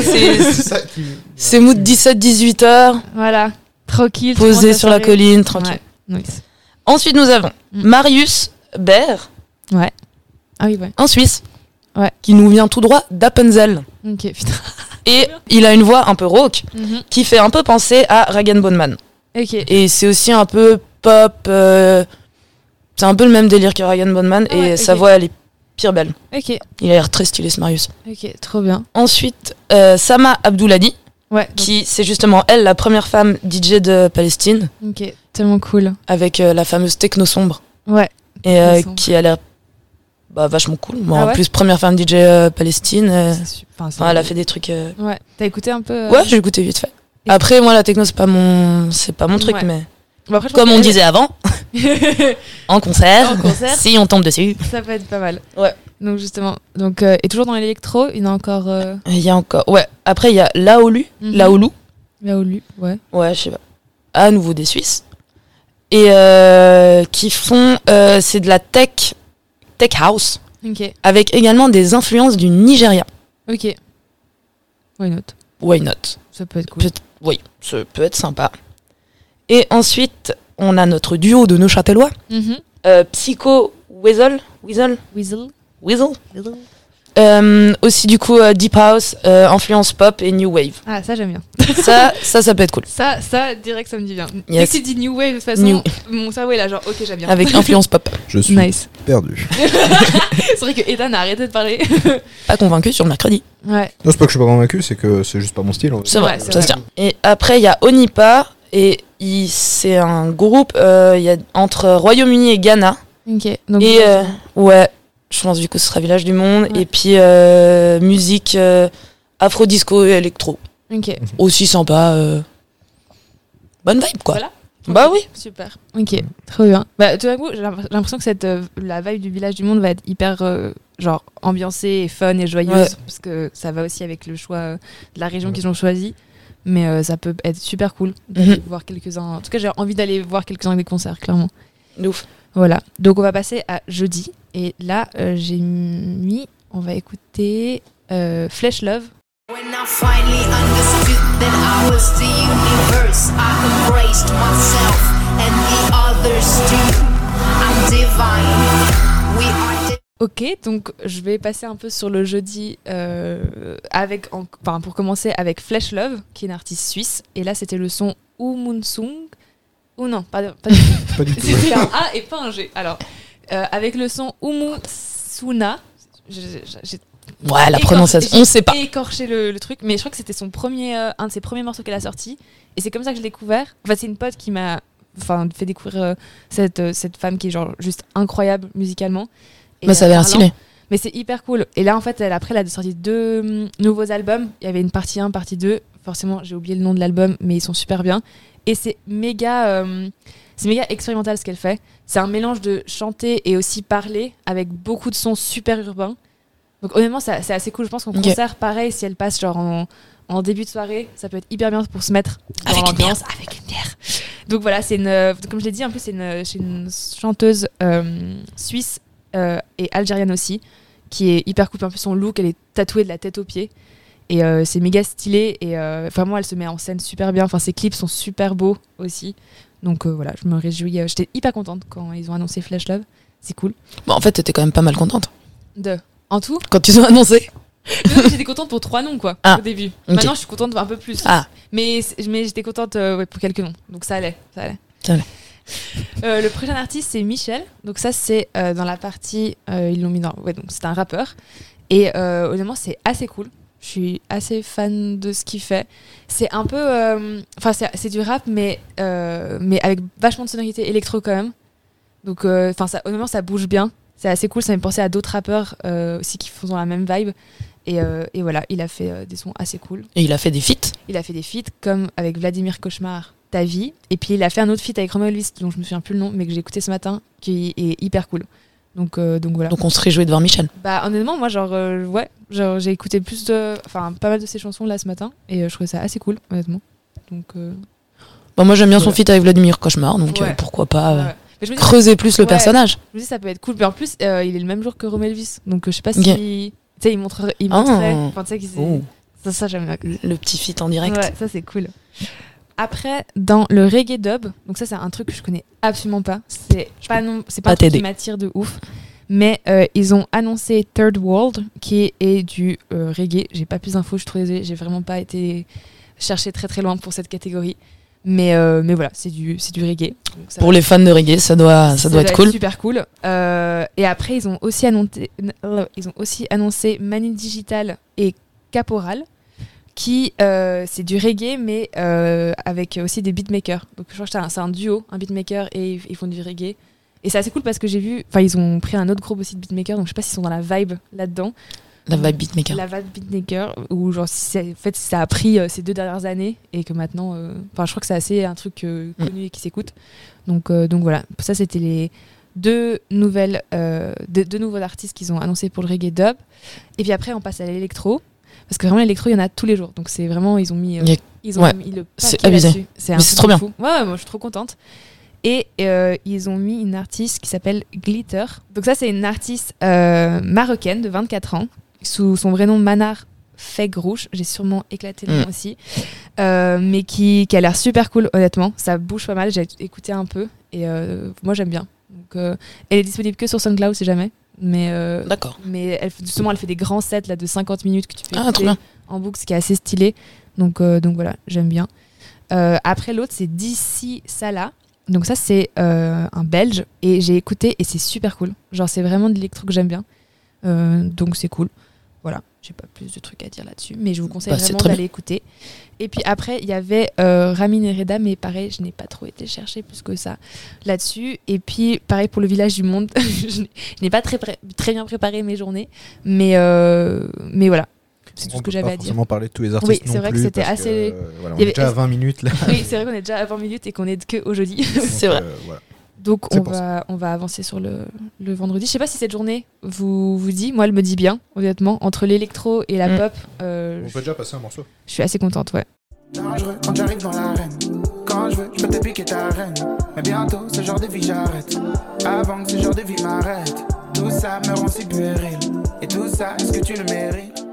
[SPEAKER 5] c'est
[SPEAKER 6] C'est ça qui.
[SPEAKER 5] c'est mood 17-18 heures,
[SPEAKER 7] Voilà. Tranquille.
[SPEAKER 5] posé sur la
[SPEAKER 7] colline.
[SPEAKER 5] colline, tranquille.
[SPEAKER 7] Nice.
[SPEAKER 5] Ensuite, nous avons
[SPEAKER 7] Mm.
[SPEAKER 5] Marius Baer,
[SPEAKER 7] Ah oui, ouais.
[SPEAKER 5] un Suisse,
[SPEAKER 7] Ouais.
[SPEAKER 5] qui nous vient tout droit d'Appenzell.
[SPEAKER 7] Ok, putain.
[SPEAKER 5] Et il a une voix un peu rauque qui fait un peu penser à Ragan Bondman.
[SPEAKER 7] Ok.
[SPEAKER 5] Et c'est aussi un peu pop. euh, c'est un peu le même délire que Ragan Bondman
[SPEAKER 7] Ah
[SPEAKER 5] et
[SPEAKER 7] ouais,
[SPEAKER 5] sa
[SPEAKER 7] ok.
[SPEAKER 5] voix elle est pire belle.
[SPEAKER 7] Ok.
[SPEAKER 5] Il a l'air très stylé ce Marius.
[SPEAKER 7] Ok, trop bien.
[SPEAKER 5] Ensuite, euh, Sama Abdouladi,
[SPEAKER 7] Ouais. donc-
[SPEAKER 5] qui c'est justement elle la première femme DJ de Palestine
[SPEAKER 7] ok, tellement cool.
[SPEAKER 5] avec euh, la fameuse techno sombre
[SPEAKER 7] Ouais.
[SPEAKER 5] et euh,
[SPEAKER 7] Techno sombre.
[SPEAKER 5] qui a l'air bah, vachement cool. Bon,
[SPEAKER 7] Ah
[SPEAKER 5] En
[SPEAKER 7] ouais
[SPEAKER 5] plus première femme DJ euh, Palestine, euh,
[SPEAKER 7] C'est su- enfin, c'est-
[SPEAKER 5] enfin, elle a fait des trucs. euh,
[SPEAKER 7] Ouais. T'as écouté un peu. euh,
[SPEAKER 5] Ouais, j'ai goûté vite fait. Après, moi, la techno, c'est pas mon, c'est pas mon truc,
[SPEAKER 7] Ouais.
[SPEAKER 5] mais
[SPEAKER 7] bon, Bah, après, je pense
[SPEAKER 5] comme on
[SPEAKER 7] que-
[SPEAKER 5] disait avant, en concert,
[SPEAKER 7] En concert.
[SPEAKER 5] si on tombe dessus.
[SPEAKER 7] ça peut être pas mal.
[SPEAKER 5] Ouais.
[SPEAKER 7] Donc justement, donc euh, et toujours dans l'électro, il y en a encore euh,
[SPEAKER 5] Il y a encore, ouais. Après, il y a Laolu,
[SPEAKER 7] Mhm.
[SPEAKER 5] Laolu,
[SPEAKER 7] là où lui. Ouais.
[SPEAKER 5] ouais, je sais pas. À nouveau des Suisses et euh, qui font, euh, c'est de la tech, tech house,
[SPEAKER 7] Ok.
[SPEAKER 5] avec également des influences du Nigeria.
[SPEAKER 7] Ok. Why not
[SPEAKER 5] Why not
[SPEAKER 7] Ça peut être cool.
[SPEAKER 5] Peut- Oui, ça peut être sympa. Et ensuite, on a notre duo de Neuchâtelois,
[SPEAKER 7] Mhm.
[SPEAKER 5] euh, Psycho Weasel, Weasel,
[SPEAKER 7] Weasel.
[SPEAKER 5] Weasel. Euh, aussi du coup euh, deep house, euh, influence pop et new wave.
[SPEAKER 7] Ah, ça j'aime bien.
[SPEAKER 5] Ça, ça, ça peut être cool.
[SPEAKER 7] Ça, ça direct, ça me dit bien. Dès
[SPEAKER 5] Yes.
[SPEAKER 7] que tu dis New Wave de toute façon,
[SPEAKER 5] New. Ah,
[SPEAKER 7] mon cerveau est là genre ok j'aime bien.
[SPEAKER 5] Avec influence pop.
[SPEAKER 6] Je suis
[SPEAKER 7] Nice.
[SPEAKER 6] perdu.
[SPEAKER 7] C'est vrai que Ethan a arrêté de parler.
[SPEAKER 5] Pas convaincu sur le mercredi.
[SPEAKER 7] ouais.
[SPEAKER 6] Non, c'est pas que je suis pas convaincu, c'est que c'est juste pas mon style. en fait.
[SPEAKER 5] C'est vrai,
[SPEAKER 7] Ouais, c'est
[SPEAKER 5] ça
[SPEAKER 7] vrai.
[SPEAKER 5] se tient. Et après il y a Onipa et il- c'est un groupe euh, il y a entre Royaume-Uni et Ghana.
[SPEAKER 7] Ok. Donc
[SPEAKER 5] Et euh, ouais, je pense du coup ce sera Village du Monde. Et puis euh, musique euh, afro-disco et électro.
[SPEAKER 7] ok.
[SPEAKER 5] Aussi sympa. euh, Bonne vibe quoi.
[SPEAKER 7] Voilà.
[SPEAKER 5] Bah oui.
[SPEAKER 7] Super. Ok, trop bien. Bah, tout d'un coup, j'ai l'impr- j'ai l'impression que cette, euh, la vibe du village du monde va être hyper euh, genre ambiancée et fun et joyeuse
[SPEAKER 5] Ouais.
[SPEAKER 7] parce que ça va aussi avec le choix euh, de la région qu'ils ont choisi. Mais euh, ça peut être super cool d'aller
[SPEAKER 5] Mhm.
[SPEAKER 7] voir quelques-uns. En tout cas, j'ai envie d'aller voir quelques-uns des concerts, clairement.
[SPEAKER 5] De ouf.
[SPEAKER 7] Voilà. Donc, on va passer à jeudi. Et là, euh, j'ai mis. On va écouter euh, Flesh Love.
[SPEAKER 3] When I finally understood that I was the universe, I embraced myself and the others too. I'm divine. We are. di-
[SPEAKER 7] Ok, donc je vais passer un peu sur le jeudi euh, avec, en- enfin pour commencer avec Flesh Love, qui est une artiste suisse, et là c'était le son Umunsung, ou non, pardon, pas du tout.
[SPEAKER 6] Pas du tout.
[SPEAKER 7] c'était un A et pas un G. Alors euh, avec le son Umusuna, je- je- j'ai
[SPEAKER 5] Ouais, la
[SPEAKER 7] Écorché-
[SPEAKER 5] prononciation, on sait pas.
[SPEAKER 7] écorché le, le truc, mais je crois que c'était son premier, euh, un de ses premiers morceaux qu'elle a sorti, et c'est comme ça que je l'ai découvert. Enfin, c'est une pote qui m'a, enfin, fait découvrir euh, cette euh, cette femme qui est genre juste incroyable musicalement. Et,
[SPEAKER 5] Bah ça
[SPEAKER 7] euh,
[SPEAKER 5] a l'air
[SPEAKER 7] parlant-
[SPEAKER 5] stylé.
[SPEAKER 7] mais c'est hyper cool. Et là, en fait, elle, après, elle a sorti deux hum, nouveaux albums. Il y avait une partie 1, partie 2. Forcément, j'ai oublié le nom de l'album, mais ils sont super bien. Et c'est méga, hum, c'est méga expérimental ce qu'elle fait. C'est un mélange de chanter et aussi parler avec beaucoup de sons super urbains. Donc honnêtement, ça- c'est assez cool. Je pense qu'en
[SPEAKER 5] Ok.
[SPEAKER 7] concert, pareil, si elle passe genre en, en début de soirée, ça peut être hyper bien pour se mettre dans
[SPEAKER 5] Avec une
[SPEAKER 7] l'ambiance avec une bière. Donc voilà, c'est une, euh, comme je l'ai dit, en plus c'est une, c'est une chanteuse euh, suisse euh, et algérienne aussi, qui est hyper cool. En plus son look, elle est tatouée de la tête aux pieds. Et euh, c'est méga stylé. Et euh, vraiment, elle se met en scène super bien. Enfin, ses clips sont super beaux aussi. Donc euh, voilà, je me réjouis. Euh, J'étais hyper contente quand ils ont annoncé Flash Love. C'est cool.
[SPEAKER 5] Bon, Bah, en fait, t'étais quand même pas mal contente
[SPEAKER 7] De. En tout,
[SPEAKER 5] quand ils ont annoncé.
[SPEAKER 7] Non, mais j'étais contente pour trois noms quoi
[SPEAKER 5] Ah,
[SPEAKER 7] au début.
[SPEAKER 5] ok.
[SPEAKER 7] Maintenant je suis contente un peu plus.
[SPEAKER 5] Ah.
[SPEAKER 7] Mais, mais j'étais contente euh, ouais, pour quelques noms. Donc ça allait, ça allait.
[SPEAKER 5] Ça allait.
[SPEAKER 7] Euh, le prochain artiste, c'est Michel. Donc ça, c'est euh, dans la partie... euh, ils l'ont mis dans... Ouais, donc c'est un rappeur. Et euh, honnêtement, c'est assez cool. Je suis assez fan de ce qu'il fait. C'est un peu... euh, Enfin, c'est- c'est du rap, mais, euh, mais avec vachement de sonorité électro quand même. Donc, euh, enfin, ça, honnêtement, ça bouge bien. C'est assez cool. Ça me fait penser à d'autres rappeurs euh, aussi qui font dans la même vibe. Et, euh, et voilà, il a fait euh, des sons assez cool.
[SPEAKER 5] Et il a fait des feats.
[SPEAKER 7] Il a fait des feats comme avec Vladimir Cauchemar, Ta vie. Et puis il a fait un autre feat avec Romain Elvis, dont je me souviens plus le nom, mais que j'ai écouté ce matin, qui est hyper cool. Donc, euh, donc voilà.
[SPEAKER 5] Donc on se réjouit de voir Michel.
[SPEAKER 7] Bah honnêtement, moi genre euh, ouais, genre j'ai écouté plus de, enfin pas mal de ses chansons là ce matin, et euh, je trouvais ça assez cool honnêtement. Donc euh,
[SPEAKER 5] Bon, Bah, moi j'aime bien son
[SPEAKER 7] Ouais.
[SPEAKER 5] feat avec Vladimir Cauchemar, donc
[SPEAKER 7] Ouais.
[SPEAKER 5] euh, pourquoi pas euh,
[SPEAKER 7] ouais. Mais je me dis,
[SPEAKER 5] creuser plus le
[SPEAKER 7] Ouais.
[SPEAKER 5] personnage.
[SPEAKER 7] je me dis, ça peut être cool. Mais en plus, euh, il est le même jour que Romain Elvis, donc euh, je sais pas si,
[SPEAKER 5] Ok.
[SPEAKER 7] tu sais, il montrerait, il
[SPEAKER 5] Ah.
[SPEAKER 7] montrait, enfin, tu sais qu'ils- ça, ça j'aime bien.
[SPEAKER 5] Le petit feat en direct.
[SPEAKER 7] Ouais, ça c'est cool. Après, dans le reggae dub, donc ça c'est un truc que je connais absolument pas. C'est pas non, c'est pas,
[SPEAKER 5] pas
[SPEAKER 7] un truc qui
[SPEAKER 5] t'aider.
[SPEAKER 7] m'attire de ouf. Mais euh, ils ont annoncé Third World, qui est du euh, reggae. J'ai pas plus d'infos, je suis trop désolée. J'ai vraiment pas été chercher très très loin pour cette catégorie. Mais euh, mais voilà, c'est du c'est du reggae. Donc, ça
[SPEAKER 5] Pour les fans de reggae, ça doit, ça doit être cool.
[SPEAKER 7] Super cool. Euh, et après, ils ont aussi annoncé, euh, ils ont aussi annoncé Manu Digital et Caporal, qui euh, c'est du reggae, mais euh, avec aussi des beatmakers. Donc je crois que c'est un- c'est un duo, un beatmaker et ils- ils font du reggae. Et c'est assez cool parce que j'ai vu, enfin ils ont pris un autre groupe aussi de beatmakers, donc je sais pas s'ils sont dans la vibe là-dedans,
[SPEAKER 5] La vibe beatmaker.
[SPEAKER 7] la vibe beatmaker, ou genre si c'est- en fait si ça a pris euh, ces deux dernières années et que maintenant, euh, enfin je crois que c'est assez un truc euh,
[SPEAKER 5] Mm.
[SPEAKER 7] connu et qui s'écoute. Donc, euh, donc voilà, ça c'était les deux nouvelles, euh, deux, deux nouveaux artistes qu'ils ont annoncés pour le reggae dub. Et puis après on passe à l'électro, parce que vraiment l'électro il y en a tous les jours, donc c'est vraiment ils ont mis, euh,
[SPEAKER 5] Il y a-
[SPEAKER 7] ils ont
[SPEAKER 5] ouais.
[SPEAKER 7] mis le
[SPEAKER 5] C'est
[SPEAKER 7] paquet
[SPEAKER 5] abusé.
[SPEAKER 7] là-dessus. C'est un
[SPEAKER 5] Mais c'est
[SPEAKER 7] truc
[SPEAKER 5] trop
[SPEAKER 7] de
[SPEAKER 5] bien.
[SPEAKER 7] fou. Ouais, ouais, moi je suis trop contente. Et euh, ils ont mis une artiste qui s'appelle Glitter. Donc ça c'est une artiste euh, marocaine de 24 ans sous son vrai nom Manar Fegrouche, j'ai sûrement éclaté le
[SPEAKER 5] Mm.
[SPEAKER 7] nom aussi, Euh, mais qui, qui a l'air super cool honnêtement, ça bouge pas mal, j'ai écouté un peu et euh, moi j'aime bien. Donc, euh, elle est disponible que sur SoundCloud si jamais, mais, euh,
[SPEAKER 5] D'accord.
[SPEAKER 7] mais elle, justement elle fait des grands sets là, de 50 minutes que tu peux
[SPEAKER 5] Ah,
[SPEAKER 7] écouter
[SPEAKER 5] trop bien.
[SPEAKER 7] en boucle, ce qui est assez stylé, donc, euh, donc voilà, j'aime bien. Euh, après l'autre c'est DC Sala, donc ça c'est euh, un belge et j'ai écouté et c'est super cool, genre c'est vraiment de l'électro que j'aime bien, Euh, donc c'est cool. Voilà, j'ai pas plus de trucs à dire là-dessus, mais je vous conseille
[SPEAKER 5] Bah, c'est
[SPEAKER 7] vraiment
[SPEAKER 5] très
[SPEAKER 7] d'aller écouter. Et puis après, il y avait euh, Ramin Hereda, mais pareil, je n'ai pas trop été chercher plus que ça là-dessus. Et puis pareil pour le village du monde, je n'ai- je n'ai pas très, pré- très bien préparé mes journées, mais, euh, mais voilà, c'est tout
[SPEAKER 6] On
[SPEAKER 7] ce que
[SPEAKER 6] peut
[SPEAKER 7] j'avais
[SPEAKER 6] pas
[SPEAKER 7] à dire.
[SPEAKER 6] forcément parler de tous les artistes
[SPEAKER 7] c'est
[SPEAKER 6] non
[SPEAKER 7] vrai que
[SPEAKER 6] plus,
[SPEAKER 7] c'était
[SPEAKER 6] parce
[SPEAKER 7] assez-
[SPEAKER 6] euh, voilà, on
[SPEAKER 7] Il y avait-
[SPEAKER 6] est déjà à 20 minutes là.
[SPEAKER 7] Oui, c'est vrai qu'on est déjà à 20 minutes et qu'on est que au jeudi.
[SPEAKER 5] C'est
[SPEAKER 6] Donc,
[SPEAKER 5] vrai.
[SPEAKER 6] euh, voilà.
[SPEAKER 7] Donc
[SPEAKER 6] C'est
[SPEAKER 7] on
[SPEAKER 6] pour
[SPEAKER 7] va, on va avancer sur le, le vendredi. Je sais pas si cette journée vous vous dit, moi elle me dit bien, honnêtement, entre l'électro et la
[SPEAKER 5] Mm.
[SPEAKER 7] pop, euh,
[SPEAKER 6] On peut déjà passer un morceau.
[SPEAKER 7] je suis assez contente, ouais.
[SPEAKER 9] dangereux quand j'arrive dans l'arène. Quand je veux, je peux te piquer ta reine. Mais bientôt, ce genre de vie j'arrête. Avant que ce genre de vie m'arrête. Tout ça me rend si puéril. Et tout ça, est-ce que tu le mérites?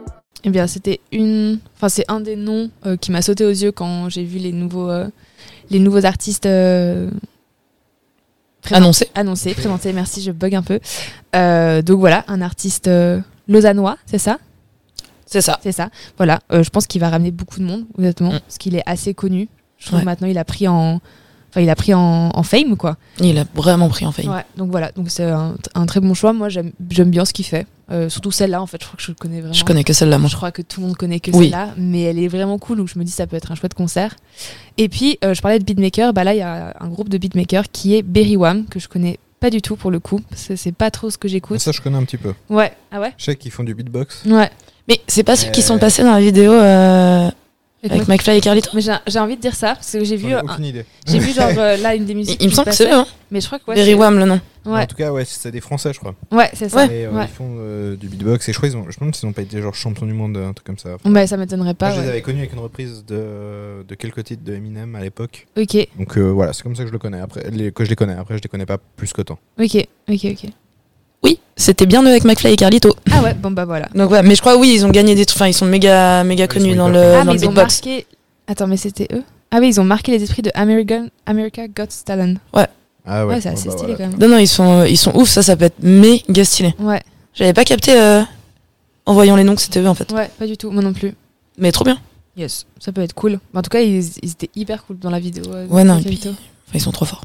[SPEAKER 7] Eh bien, c'était une. Enfin, c'est un des noms euh, qui m'a sauté aux yeux quand j'ai vu les nouveaux, euh, les nouveaux artistes euh, présent-
[SPEAKER 5] Annoncé.
[SPEAKER 7] annoncés, présentés. Merci, je bug un peu. Euh, donc voilà, un artiste euh, lausannois, c'est ça
[SPEAKER 5] C'est ça.
[SPEAKER 7] C'est ça. Voilà, Euh, je pense qu'il va ramener beaucoup de monde, honnêtement,
[SPEAKER 5] Mm.
[SPEAKER 7] parce qu'il est assez connu. Je trouve
[SPEAKER 5] Ouais.
[SPEAKER 7] maintenant il a pris en. Enfin, il a pris en, en fame, quoi.
[SPEAKER 5] Il a vraiment pris en faillite.
[SPEAKER 7] Ouais, donc voilà, donc c'est un, un très bon choix. Moi, j'aime j'aime bien ce qu'il fait. Euh, surtout celle-là, en fait, je crois que je le connais vraiment.
[SPEAKER 5] Je connais que celle-là, moi.
[SPEAKER 7] Je crois que tout le monde connaît que
[SPEAKER 5] Oui.
[SPEAKER 7] celle-là, mais elle est vraiment cool, donc je me dis ça peut être un chouette concert. Et puis, euh, je parlais de beatmaker, bah là, il y a un groupe de beatmakers qui est Berry Wham, que je connais pas du tout pour le coup, parce que c'est pas trop ce que
[SPEAKER 5] Ah,
[SPEAKER 7] j'écoute.
[SPEAKER 6] Ça, je connais un petit peu.
[SPEAKER 7] Ouais, ah ouais
[SPEAKER 6] Je sais qu'ils font du beatbox.
[SPEAKER 7] Ouais.
[SPEAKER 5] Mais c'est pas ceux qui
[SPEAKER 6] Euh,
[SPEAKER 5] sont passés dans la vidéo euh, avec McFly et Carlito
[SPEAKER 7] Mais j'ai j'ai envie de dire ça, parce que j'ai
[SPEAKER 6] J'en
[SPEAKER 7] vu,
[SPEAKER 6] ai
[SPEAKER 7] un-
[SPEAKER 6] aucune idée.
[SPEAKER 7] j'ai vu genre euh, là une des
[SPEAKER 5] Il,
[SPEAKER 7] musiques.
[SPEAKER 5] il me
[SPEAKER 7] qui
[SPEAKER 5] semble que
[SPEAKER 7] passait,
[SPEAKER 5] c'est eux, hein.
[SPEAKER 7] Mais je crois que ouais,
[SPEAKER 5] Berry
[SPEAKER 7] c'est-
[SPEAKER 5] Wham, le nom.
[SPEAKER 6] En
[SPEAKER 7] Ouais,
[SPEAKER 6] tout cas, ouais, c'est des Français, je crois.
[SPEAKER 7] ouais c'est ça.
[SPEAKER 5] Ouais.
[SPEAKER 6] Mais, euh,
[SPEAKER 7] Ouais.
[SPEAKER 6] Ils font euh, du beatbox et je crois ils ont- je me demande s'ils n'ont pas été genre champion du monde, un truc comme ça.
[SPEAKER 7] Bah, ça m'étonnerait
[SPEAKER 6] Moi,
[SPEAKER 7] pas.
[SPEAKER 6] je les
[SPEAKER 7] ouais.
[SPEAKER 6] avais connus avec une reprise de, de quelques titres de Eminem à l'époque.
[SPEAKER 7] Ok,
[SPEAKER 6] Donc euh, voilà, c'est comme ça que je le connais. Après, les- que je les connais. Après, je les connais pas plus que tant.
[SPEAKER 7] ok, ok, ok.
[SPEAKER 5] Oui, c'était bien eux avec McFly et Carlito.
[SPEAKER 7] Ah ouais, bon bah voilà.
[SPEAKER 5] Donc ouais, mais je crois oui, ils ont gagné des trucs. Enfin, ils sont méga, méga
[SPEAKER 6] ils
[SPEAKER 5] connus
[SPEAKER 6] sont
[SPEAKER 5] dans
[SPEAKER 6] hyper
[SPEAKER 5] le,
[SPEAKER 6] connus.
[SPEAKER 7] ah,
[SPEAKER 5] Euh, dans
[SPEAKER 7] mais
[SPEAKER 5] le
[SPEAKER 7] ils ont
[SPEAKER 5] beatbox.
[SPEAKER 7] marqué. Attends, mais c'était eux Ah oui, ils ont marqué les esprits de American... America Got Talent.
[SPEAKER 6] Ah
[SPEAKER 7] Ouais,
[SPEAKER 6] ouais.
[SPEAKER 7] c'est
[SPEAKER 6] Bon,
[SPEAKER 7] assez stylé
[SPEAKER 6] bah, voilà.
[SPEAKER 7] quand même.
[SPEAKER 5] Non, non, ils sont, ils sont ouf. Ça, ça peut être méga stylé.
[SPEAKER 7] Ouais,
[SPEAKER 5] J'avais pas capté euh, en voyant les noms que c'était eux en fait.
[SPEAKER 7] ouais, pas du tout, moi non plus.
[SPEAKER 5] Mais trop bien.
[SPEAKER 7] Yes. Ça peut être cool. Bah, en tout cas, ils, ils étaient hyper cool dans la vidéo. euh,
[SPEAKER 5] Ouais, non,
[SPEAKER 7] de
[SPEAKER 5] et puis-
[SPEAKER 7] Capito.
[SPEAKER 5] Enfin, ils sont trop forts.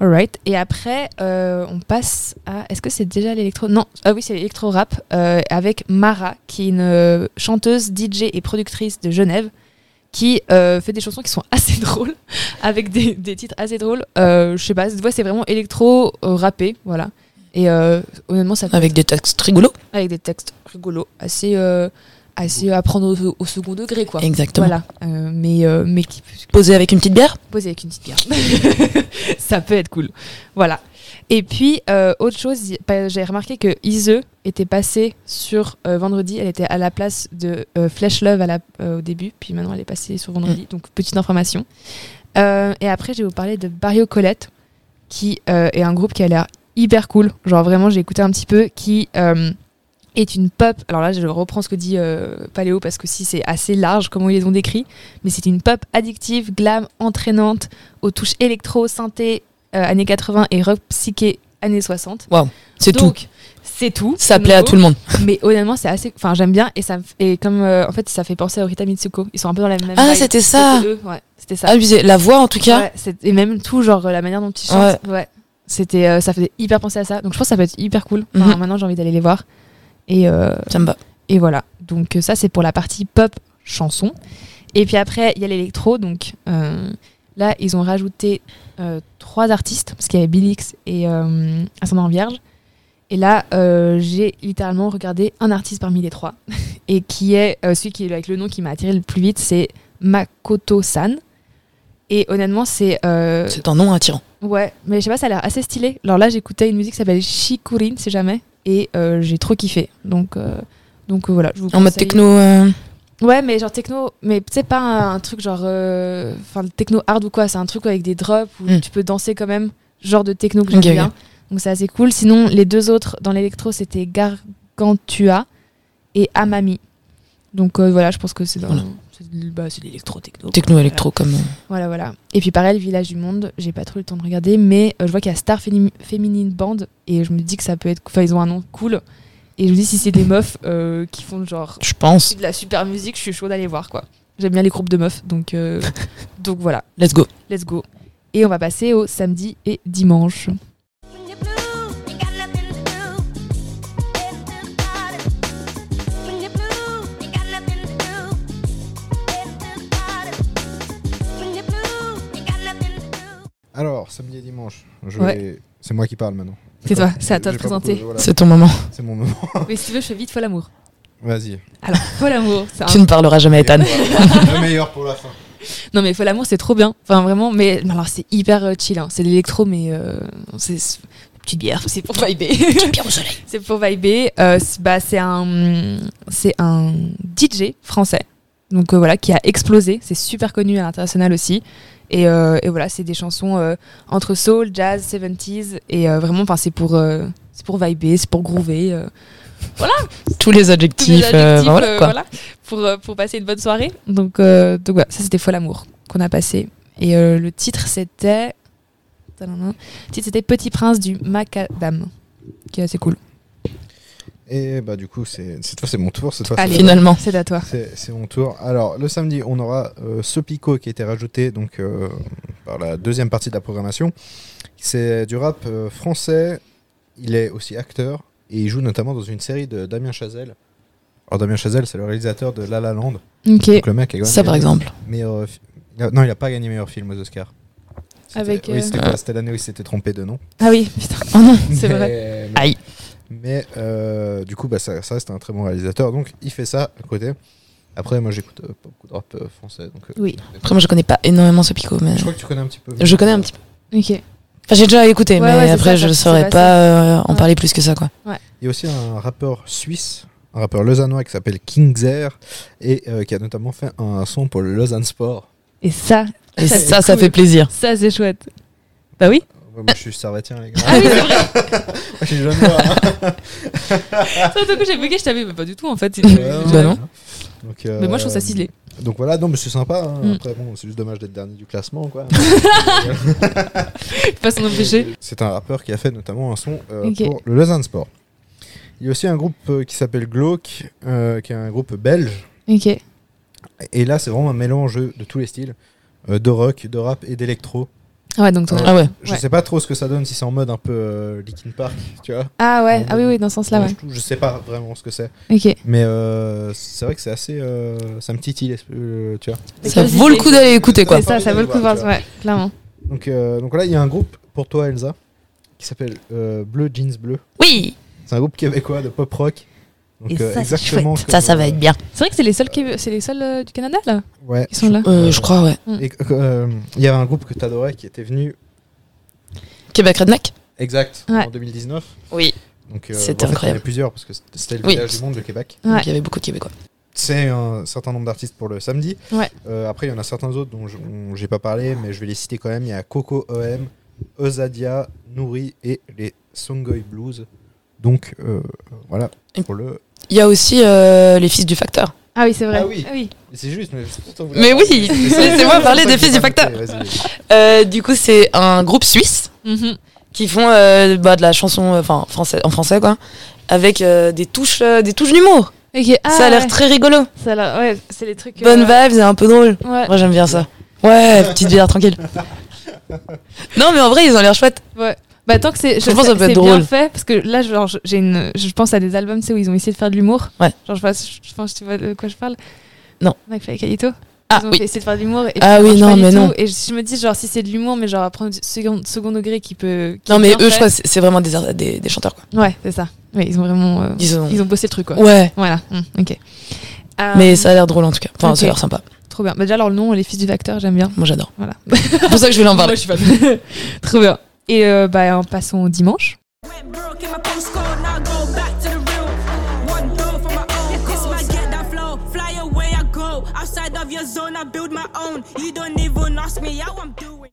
[SPEAKER 7] Alright. Et après, euh, on passe à. Est-ce que c'est déjà l'électro Non. Ah oui, c'est l'électro rap euh, avec Mara, qui est une euh, chanteuse, DJ et productrice de Genève, qui euh, fait des chansons qui sont assez drôles, avec des, des titres assez drôles. Euh, je sais pas. Cette voix, c'est vraiment électro euh, rappé, voilà. Et euh, honnêtement, ça fait
[SPEAKER 5] Avec des textes rigolos.
[SPEAKER 7] avec des textes rigolos, assez euh, assez à prendre au, au second degré, quoi.
[SPEAKER 5] Exactement.
[SPEAKER 7] Voilà. Euh, mais euh, mais qui
[SPEAKER 5] Posé avec une petite bière.
[SPEAKER 7] poser avec une petite bière. ça peut être cool. Voilà. Et puis, euh, autre chose, y- pas- j'ai remarqué que Ise était passée sur euh, vendredi. Elle était à la place de euh, Flesh Love à la- euh, au début, puis maintenant elle est passée sur vendredi. Donc, petite information. Euh, et après, je vais vous parler de Barrio Colette, qui euh, est un groupe qui a l'air hyper cool. Genre, vraiment, j'ai écouté un petit peu. Qui euh, est une pop. Alors là, je reprends ce que dit euh, Paléo, parce que si c'est assez large, comment ils les ont décrits mais c'est une pop addictive, glam, entraînante, aux touches électro, synthé, euh, années 80 et rock psyché, années 60.
[SPEAKER 5] C'est tout.
[SPEAKER 7] Donc, C'est tout.
[SPEAKER 5] Ça
[SPEAKER 7] de
[SPEAKER 5] plaît à
[SPEAKER 7] nouveau.
[SPEAKER 5] tout le monde.
[SPEAKER 7] Mais honnêtement, c'est assez. Enfin, j'aime bien et ça me f- et comme euh, en fait, ça fait penser à Rita Mitsuko. Ils sont un peu dans la même.
[SPEAKER 5] Ah,
[SPEAKER 7] vibe.
[SPEAKER 5] c'était ça. Ah,
[SPEAKER 7] C'était eux, Ouais, c'était ça.
[SPEAKER 5] Abusé. La voix, en tout cas.
[SPEAKER 7] Ouais, c'est- et même tout genre euh, la manière dont ils chantent. Ouais. C'était, euh, ça faisait hyper penser à ça. Donc je pense que ça peut être hyper cool. Enfin,
[SPEAKER 5] Mhm.
[SPEAKER 7] Maintenant, j'ai envie d'aller les voir. Et euh,
[SPEAKER 5] Ça me va.
[SPEAKER 7] et voilà. Donc euh, ça, c'est pour la partie pop chanson. Et puis après, il y a l'électro. Donc euh, là, ils ont rajouté euh, trois artistes, parce qu'il y avait Bilix et euh, Ascendant Vierge. Et là, euh, j'ai littéralement regardé un artiste parmi les trois, et qui est euh, celui qui est avec le nom qui m'a attiré le plus vite, c'est Makoto San. Et honnêtement, c'est euh,
[SPEAKER 5] C'est un nom attirant.
[SPEAKER 7] Ouais, mais je sais pas, ça a l'air assez stylé. Alors là, j'écoutais une musique qui s'appelle Shikurin, si jamais, et euh, j'ai trop kiffé. Donc, euh, donc euh, voilà, je vous
[SPEAKER 5] En mode
[SPEAKER 7] conseille.
[SPEAKER 5] techno. euh,
[SPEAKER 7] Ouais, mais genre techno, mais c'est pas un, un truc genre. euh, Enfin, le techno hard ou quoi, c'est un truc avec des drops où
[SPEAKER 5] Mm.
[SPEAKER 7] tu peux danser quand même. Genre de techno que j'aime
[SPEAKER 5] Ok, ok.
[SPEAKER 7] bien. Donc c'est assez cool. Sinon, les deux autres dans l'électro, c'était Gargantua et Amami. Donc euh, voilà, je pense que c'est dans.
[SPEAKER 5] Voilà.
[SPEAKER 7] c'est de- bah, c'est de l'électro-techno.
[SPEAKER 5] Techno électro, comme. euh,
[SPEAKER 7] Voilà, voilà. Et puis pareil, le Village du Monde, j'ai pas trop eu le temps de regarder, mais euh, je vois qu'il y a Star Fémi- Féminine Band et je me dis que ça peut être. Enfin, ils ont un nom cool. Et je me dis, si c'est des meufs euh, qui font genre
[SPEAKER 5] Je pense.
[SPEAKER 7] de la super musique, je suis chaud d'aller voir quoi. J'aime bien les groupes de meufs, donc, euh, donc voilà,
[SPEAKER 5] Let's go.
[SPEAKER 7] let's go. Et on va passer au samedi et dimanche.
[SPEAKER 6] Alors, samedi et dimanche, je
[SPEAKER 7] Ouais.
[SPEAKER 6] vais- c'est moi qui parle maintenant.
[SPEAKER 7] C'est
[SPEAKER 6] D'accord.
[SPEAKER 7] toi, c'est à toi de
[SPEAKER 6] J'ai pas
[SPEAKER 7] présenter.
[SPEAKER 6] beaucoup- voilà,
[SPEAKER 5] C'est ton moment.
[SPEAKER 6] C'est mon moment.
[SPEAKER 7] Mais si tu veux, je fais vite Fol Amour.
[SPEAKER 6] Vas-y.
[SPEAKER 7] Alors, Fol Amour, c'est
[SPEAKER 5] Tu
[SPEAKER 7] un...
[SPEAKER 5] ne parleras jamais à Ethan.
[SPEAKER 6] Le meilleur pour la fin.
[SPEAKER 7] Non mais Fol Amour, c'est trop bien. Enfin vraiment, mais non, alors c'est hyper euh, chill, hein. c'est de l'électro, mais euh, c'est c'est- petite bière, c'est pour vibrer.
[SPEAKER 5] Pierre au soleil.
[SPEAKER 7] C'est pour vibrer. euh, c'est- bah, c'est un, c'est un DJ français. Donc euh, voilà, qui a explosé. C'est super connu à l'international aussi. Et, euh, et voilà, c'est des chansons euh, entre soul, jazz, 70s. Et euh, vraiment, enfin, c'est pour, euh, c'est pour vibrer, c'est pour groover. euh,
[SPEAKER 5] Tous les
[SPEAKER 7] tous les
[SPEAKER 5] adjectifs.
[SPEAKER 7] adjectifs,
[SPEAKER 5] euh, voilà,
[SPEAKER 7] euh,
[SPEAKER 5] quoi.
[SPEAKER 7] voilà, pour, euh, pour passer une bonne soirée. Donc, euh, donc voilà, ça c'était Folle Amour qu'on a passé. Et euh, le titre c'était. Tadadam. Le titre c'était Petit Prince du Macadam, qui est assez cool.
[SPEAKER 6] Et bah, du coup, c'est cette fois, c'est mon tour. Cette fois,
[SPEAKER 7] Allez.
[SPEAKER 6] c'est-
[SPEAKER 5] Finalement.
[SPEAKER 7] C'est à toi.
[SPEAKER 6] C'est c'est mon tour. Alors, le samedi, on aura euh, ce picot qui a été rajouté donc, euh, par la deuxième partie de la programmation. C'est du rap euh, français. Il est aussi acteur et il joue notamment dans une série de Damien Chazelle. Alors, Damien Chazelle, c'est le réalisateur de La La Land.
[SPEAKER 7] Ok.
[SPEAKER 6] Donc, le mec est quand même
[SPEAKER 5] Ça, par
[SPEAKER 6] gagné
[SPEAKER 5] exemple.
[SPEAKER 6] meilleur fi- il a- Non, il n'a pas gagné meilleur film aux Oscars. C'était-
[SPEAKER 7] Avec,
[SPEAKER 6] oui,
[SPEAKER 7] euh,
[SPEAKER 6] c'était quoi C'était l'année où il s'était trompé de nom.
[SPEAKER 7] Ah oui, putain.
[SPEAKER 5] Oh non.
[SPEAKER 7] C'est
[SPEAKER 6] Mais-
[SPEAKER 7] vrai.
[SPEAKER 6] mais-
[SPEAKER 5] Aïe.
[SPEAKER 6] Mais euh, du coup, bah, ça, ça reste un très bon réalisateur. Donc, il fait ça à côté. Après, moi, j'écoute euh, pas beaucoup de rap euh, français. Donc, euh,
[SPEAKER 7] Oui.
[SPEAKER 5] Après, moi, je connais pas énormément ce picot, mais.
[SPEAKER 6] Je crois que tu connais un petit peu.
[SPEAKER 5] Je connais un petit peu.
[SPEAKER 7] Ok.
[SPEAKER 5] Enfin, j'ai déjà écouté,
[SPEAKER 7] Ouais,
[SPEAKER 5] mais
[SPEAKER 7] ouais, c'est ça,
[SPEAKER 5] après, je
[SPEAKER 7] ça-
[SPEAKER 5] ne
[SPEAKER 7] c'est
[SPEAKER 5] saurais
[SPEAKER 7] passé.
[SPEAKER 5] pas euh, en
[SPEAKER 7] Ouais.
[SPEAKER 5] parler plus que ça, quoi.
[SPEAKER 6] Il y a aussi un rappeur suisse, un rappeur lausannois qui s'appelle Kingzer et euh, qui a notamment fait un son pour le Lausanne Sport.
[SPEAKER 7] Et ça,
[SPEAKER 5] Et
[SPEAKER 7] Ça,
[SPEAKER 5] ça,
[SPEAKER 7] c'est
[SPEAKER 5] ça,
[SPEAKER 7] cool.
[SPEAKER 5] fait plaisir.
[SPEAKER 7] ça c'est chouette. Bah oui.
[SPEAKER 6] Ouais, moi, je suis servetien, les gars.
[SPEAKER 7] Ah oui, c'est vrai.
[SPEAKER 6] je suis hein. lausannois.
[SPEAKER 7] Sur le coup, j'ai bugué, je t'avais mais pas du tout en fait.
[SPEAKER 6] Ouais,
[SPEAKER 5] Bah
[SPEAKER 6] ouais.
[SPEAKER 5] non.
[SPEAKER 6] Donc, euh,
[SPEAKER 7] Mais moi, je trouve ça stylé.
[SPEAKER 6] Donc voilà, non, mais c'est sympa. hein.
[SPEAKER 7] Mm.
[SPEAKER 6] Après, bon, c'est juste dommage d'être dernier du classement, quoi.
[SPEAKER 7] Je peux Pas s'en empêcher.
[SPEAKER 6] C'est un rappeur qui a fait notamment un son euh,
[SPEAKER 7] Ok.
[SPEAKER 6] pour le Lausanne Sport. Il y a aussi un groupe euh, qui s'appelle Glauque, euh, qui est un groupe belge.
[SPEAKER 7] Ok.
[SPEAKER 6] Et là, c'est vraiment un mélange de tous les styles, euh, de rock, de rap et d'électro.
[SPEAKER 7] Ah ouais, donc toi-
[SPEAKER 5] Ah ouais.
[SPEAKER 6] Je
[SPEAKER 7] Ouais.
[SPEAKER 6] sais pas trop ce que ça donne si c'est en mode un peu euh, Linkin Park, tu vois.
[SPEAKER 7] Ah ouais,
[SPEAKER 6] En
[SPEAKER 7] ah
[SPEAKER 6] mode-
[SPEAKER 7] oui, oui, dans ce sens-là, ouais.
[SPEAKER 6] Je, je sais pas vraiment ce que c'est.
[SPEAKER 7] Ok.
[SPEAKER 6] Mais euh, c'est vrai que c'est assez. euh, ça me titille, euh, tu vois.
[SPEAKER 5] Ça vaut le coup d'aller écouter quoi.
[SPEAKER 7] C'est ça, ça vaut le coup de voir,
[SPEAKER 6] Tu vois.
[SPEAKER 7] ouais, clairement.
[SPEAKER 6] Donc, euh, donc là, il y a un groupe pour toi, Elsa, qui s'appelle euh, Bleu Jeans Bleu.
[SPEAKER 5] Oui,
[SPEAKER 6] C'est un groupe québécois de pop rock. Donc,
[SPEAKER 7] Et ça,
[SPEAKER 6] euh,
[SPEAKER 7] c'est
[SPEAKER 6] exactement comme,
[SPEAKER 5] ça, ça va
[SPEAKER 6] euh,
[SPEAKER 5] être bien.
[SPEAKER 7] C'est vrai que c'est les seuls, qui- c'est les seuls euh, du Canada là
[SPEAKER 6] Ouais.
[SPEAKER 7] qui sont là.
[SPEAKER 5] Euh, je crois, ouais.
[SPEAKER 6] Et, euh, Il y avait un groupe que t'adorais qui était venu
[SPEAKER 5] Québec Redneck
[SPEAKER 6] exact
[SPEAKER 7] Ouais.
[SPEAKER 6] en 2019.
[SPEAKER 5] Oui.
[SPEAKER 6] Donc, euh,
[SPEAKER 5] C'était
[SPEAKER 6] en fait, Il y en
[SPEAKER 5] incroyable.
[SPEAKER 6] a plusieurs parce que c'était- c'était le
[SPEAKER 5] Oui.
[SPEAKER 6] village du monde, le Québec.
[SPEAKER 7] Ouais.
[SPEAKER 5] Il y avait beaucoup de Québécois.
[SPEAKER 6] C'est un certain nombre d'artistes pour le samedi.
[SPEAKER 7] Ouais.
[SPEAKER 6] Euh, après, il y en a certains autres dont je- dont j'ai pas parlé, mais je vais les citer quand même. Il y a Coco OM, Ozadia, Nouri et les Songoy Blues. Donc euh, voilà
[SPEAKER 5] Et-
[SPEAKER 6] pour le.
[SPEAKER 5] Il y a aussi euh, les fils du facteur.
[SPEAKER 7] Ah oui, c'est vrai.
[SPEAKER 6] Ah oui. C'est juste, mais
[SPEAKER 5] Mais oui, laissez-moi parler des fils du facteur. Euh, du coup, c'est un groupe suisse
[SPEAKER 7] Mhm.
[SPEAKER 5] qui font euh, bah, de la chanson euh, 'fin, français, en français quoi, avec euh, des touches, euh, des touches d'humour.
[SPEAKER 7] Ok, ah,
[SPEAKER 5] ça a l'air
[SPEAKER 7] ouais.
[SPEAKER 5] très rigolo.
[SPEAKER 7] Ça a l'air- ouais, c'est les trucs.
[SPEAKER 5] Bonne
[SPEAKER 7] euh,
[SPEAKER 5] vibes et un peu drôle.
[SPEAKER 7] Ouais,
[SPEAKER 5] Moi j'aime bien ça. Ouais, petite bière tranquille. Non mais en vrai ils ont l'air chouettes.
[SPEAKER 7] Bah tant que c'est, je,
[SPEAKER 5] Je pense que ça
[SPEAKER 7] sais-
[SPEAKER 5] peut être
[SPEAKER 7] c'est bien
[SPEAKER 5] drôle.
[SPEAKER 7] fait parce que là, genre, je- j'ai une, je pense à des albums, tu sais, où ils ont essayé de faire de l'humour.
[SPEAKER 5] Ouais.
[SPEAKER 7] Genre, je pense, je pense, que tu vois de quoi je parle.
[SPEAKER 5] Non.
[SPEAKER 7] Avec Calito.
[SPEAKER 5] Ah
[SPEAKER 7] ils ont
[SPEAKER 5] oui.
[SPEAKER 7] essayé de faire de l'humour. et
[SPEAKER 5] Ah
[SPEAKER 7] ça
[SPEAKER 5] oui,
[SPEAKER 7] marche
[SPEAKER 5] non,
[SPEAKER 7] pas du
[SPEAKER 5] mais
[SPEAKER 7] tout.
[SPEAKER 5] non.
[SPEAKER 7] Et je, je me dis genre si c'est de l'humour, mais genre à prendre du second, second degré qui peut. qui
[SPEAKER 5] Non
[SPEAKER 7] est
[SPEAKER 5] mais
[SPEAKER 7] bien
[SPEAKER 5] eux
[SPEAKER 7] fait.
[SPEAKER 5] je crois que c'est c'est vraiment des, ar- des, des chanteurs quoi.
[SPEAKER 7] Ouais, c'est ça. Oui, ils ont vraiment, euh,
[SPEAKER 5] Ils ont-
[SPEAKER 7] ils ont bossé le truc quoi.
[SPEAKER 5] Ouais,
[SPEAKER 7] Voilà. Hum, ok. Euh,
[SPEAKER 5] mais ça a l'air drôle en tout cas. Enfin ça
[SPEAKER 7] ok.
[SPEAKER 5] a l'air sympa.
[SPEAKER 7] Trop bien. Bah déjà leur nom, les fils du facteur, j'aime bien.
[SPEAKER 5] Moi j'adore.
[SPEAKER 7] Voilà.
[SPEAKER 5] C'est pour ça que je voulais en parler.
[SPEAKER 7] Moi, je suis fan. Trop bien. Et euh, bah en passant au dimanche.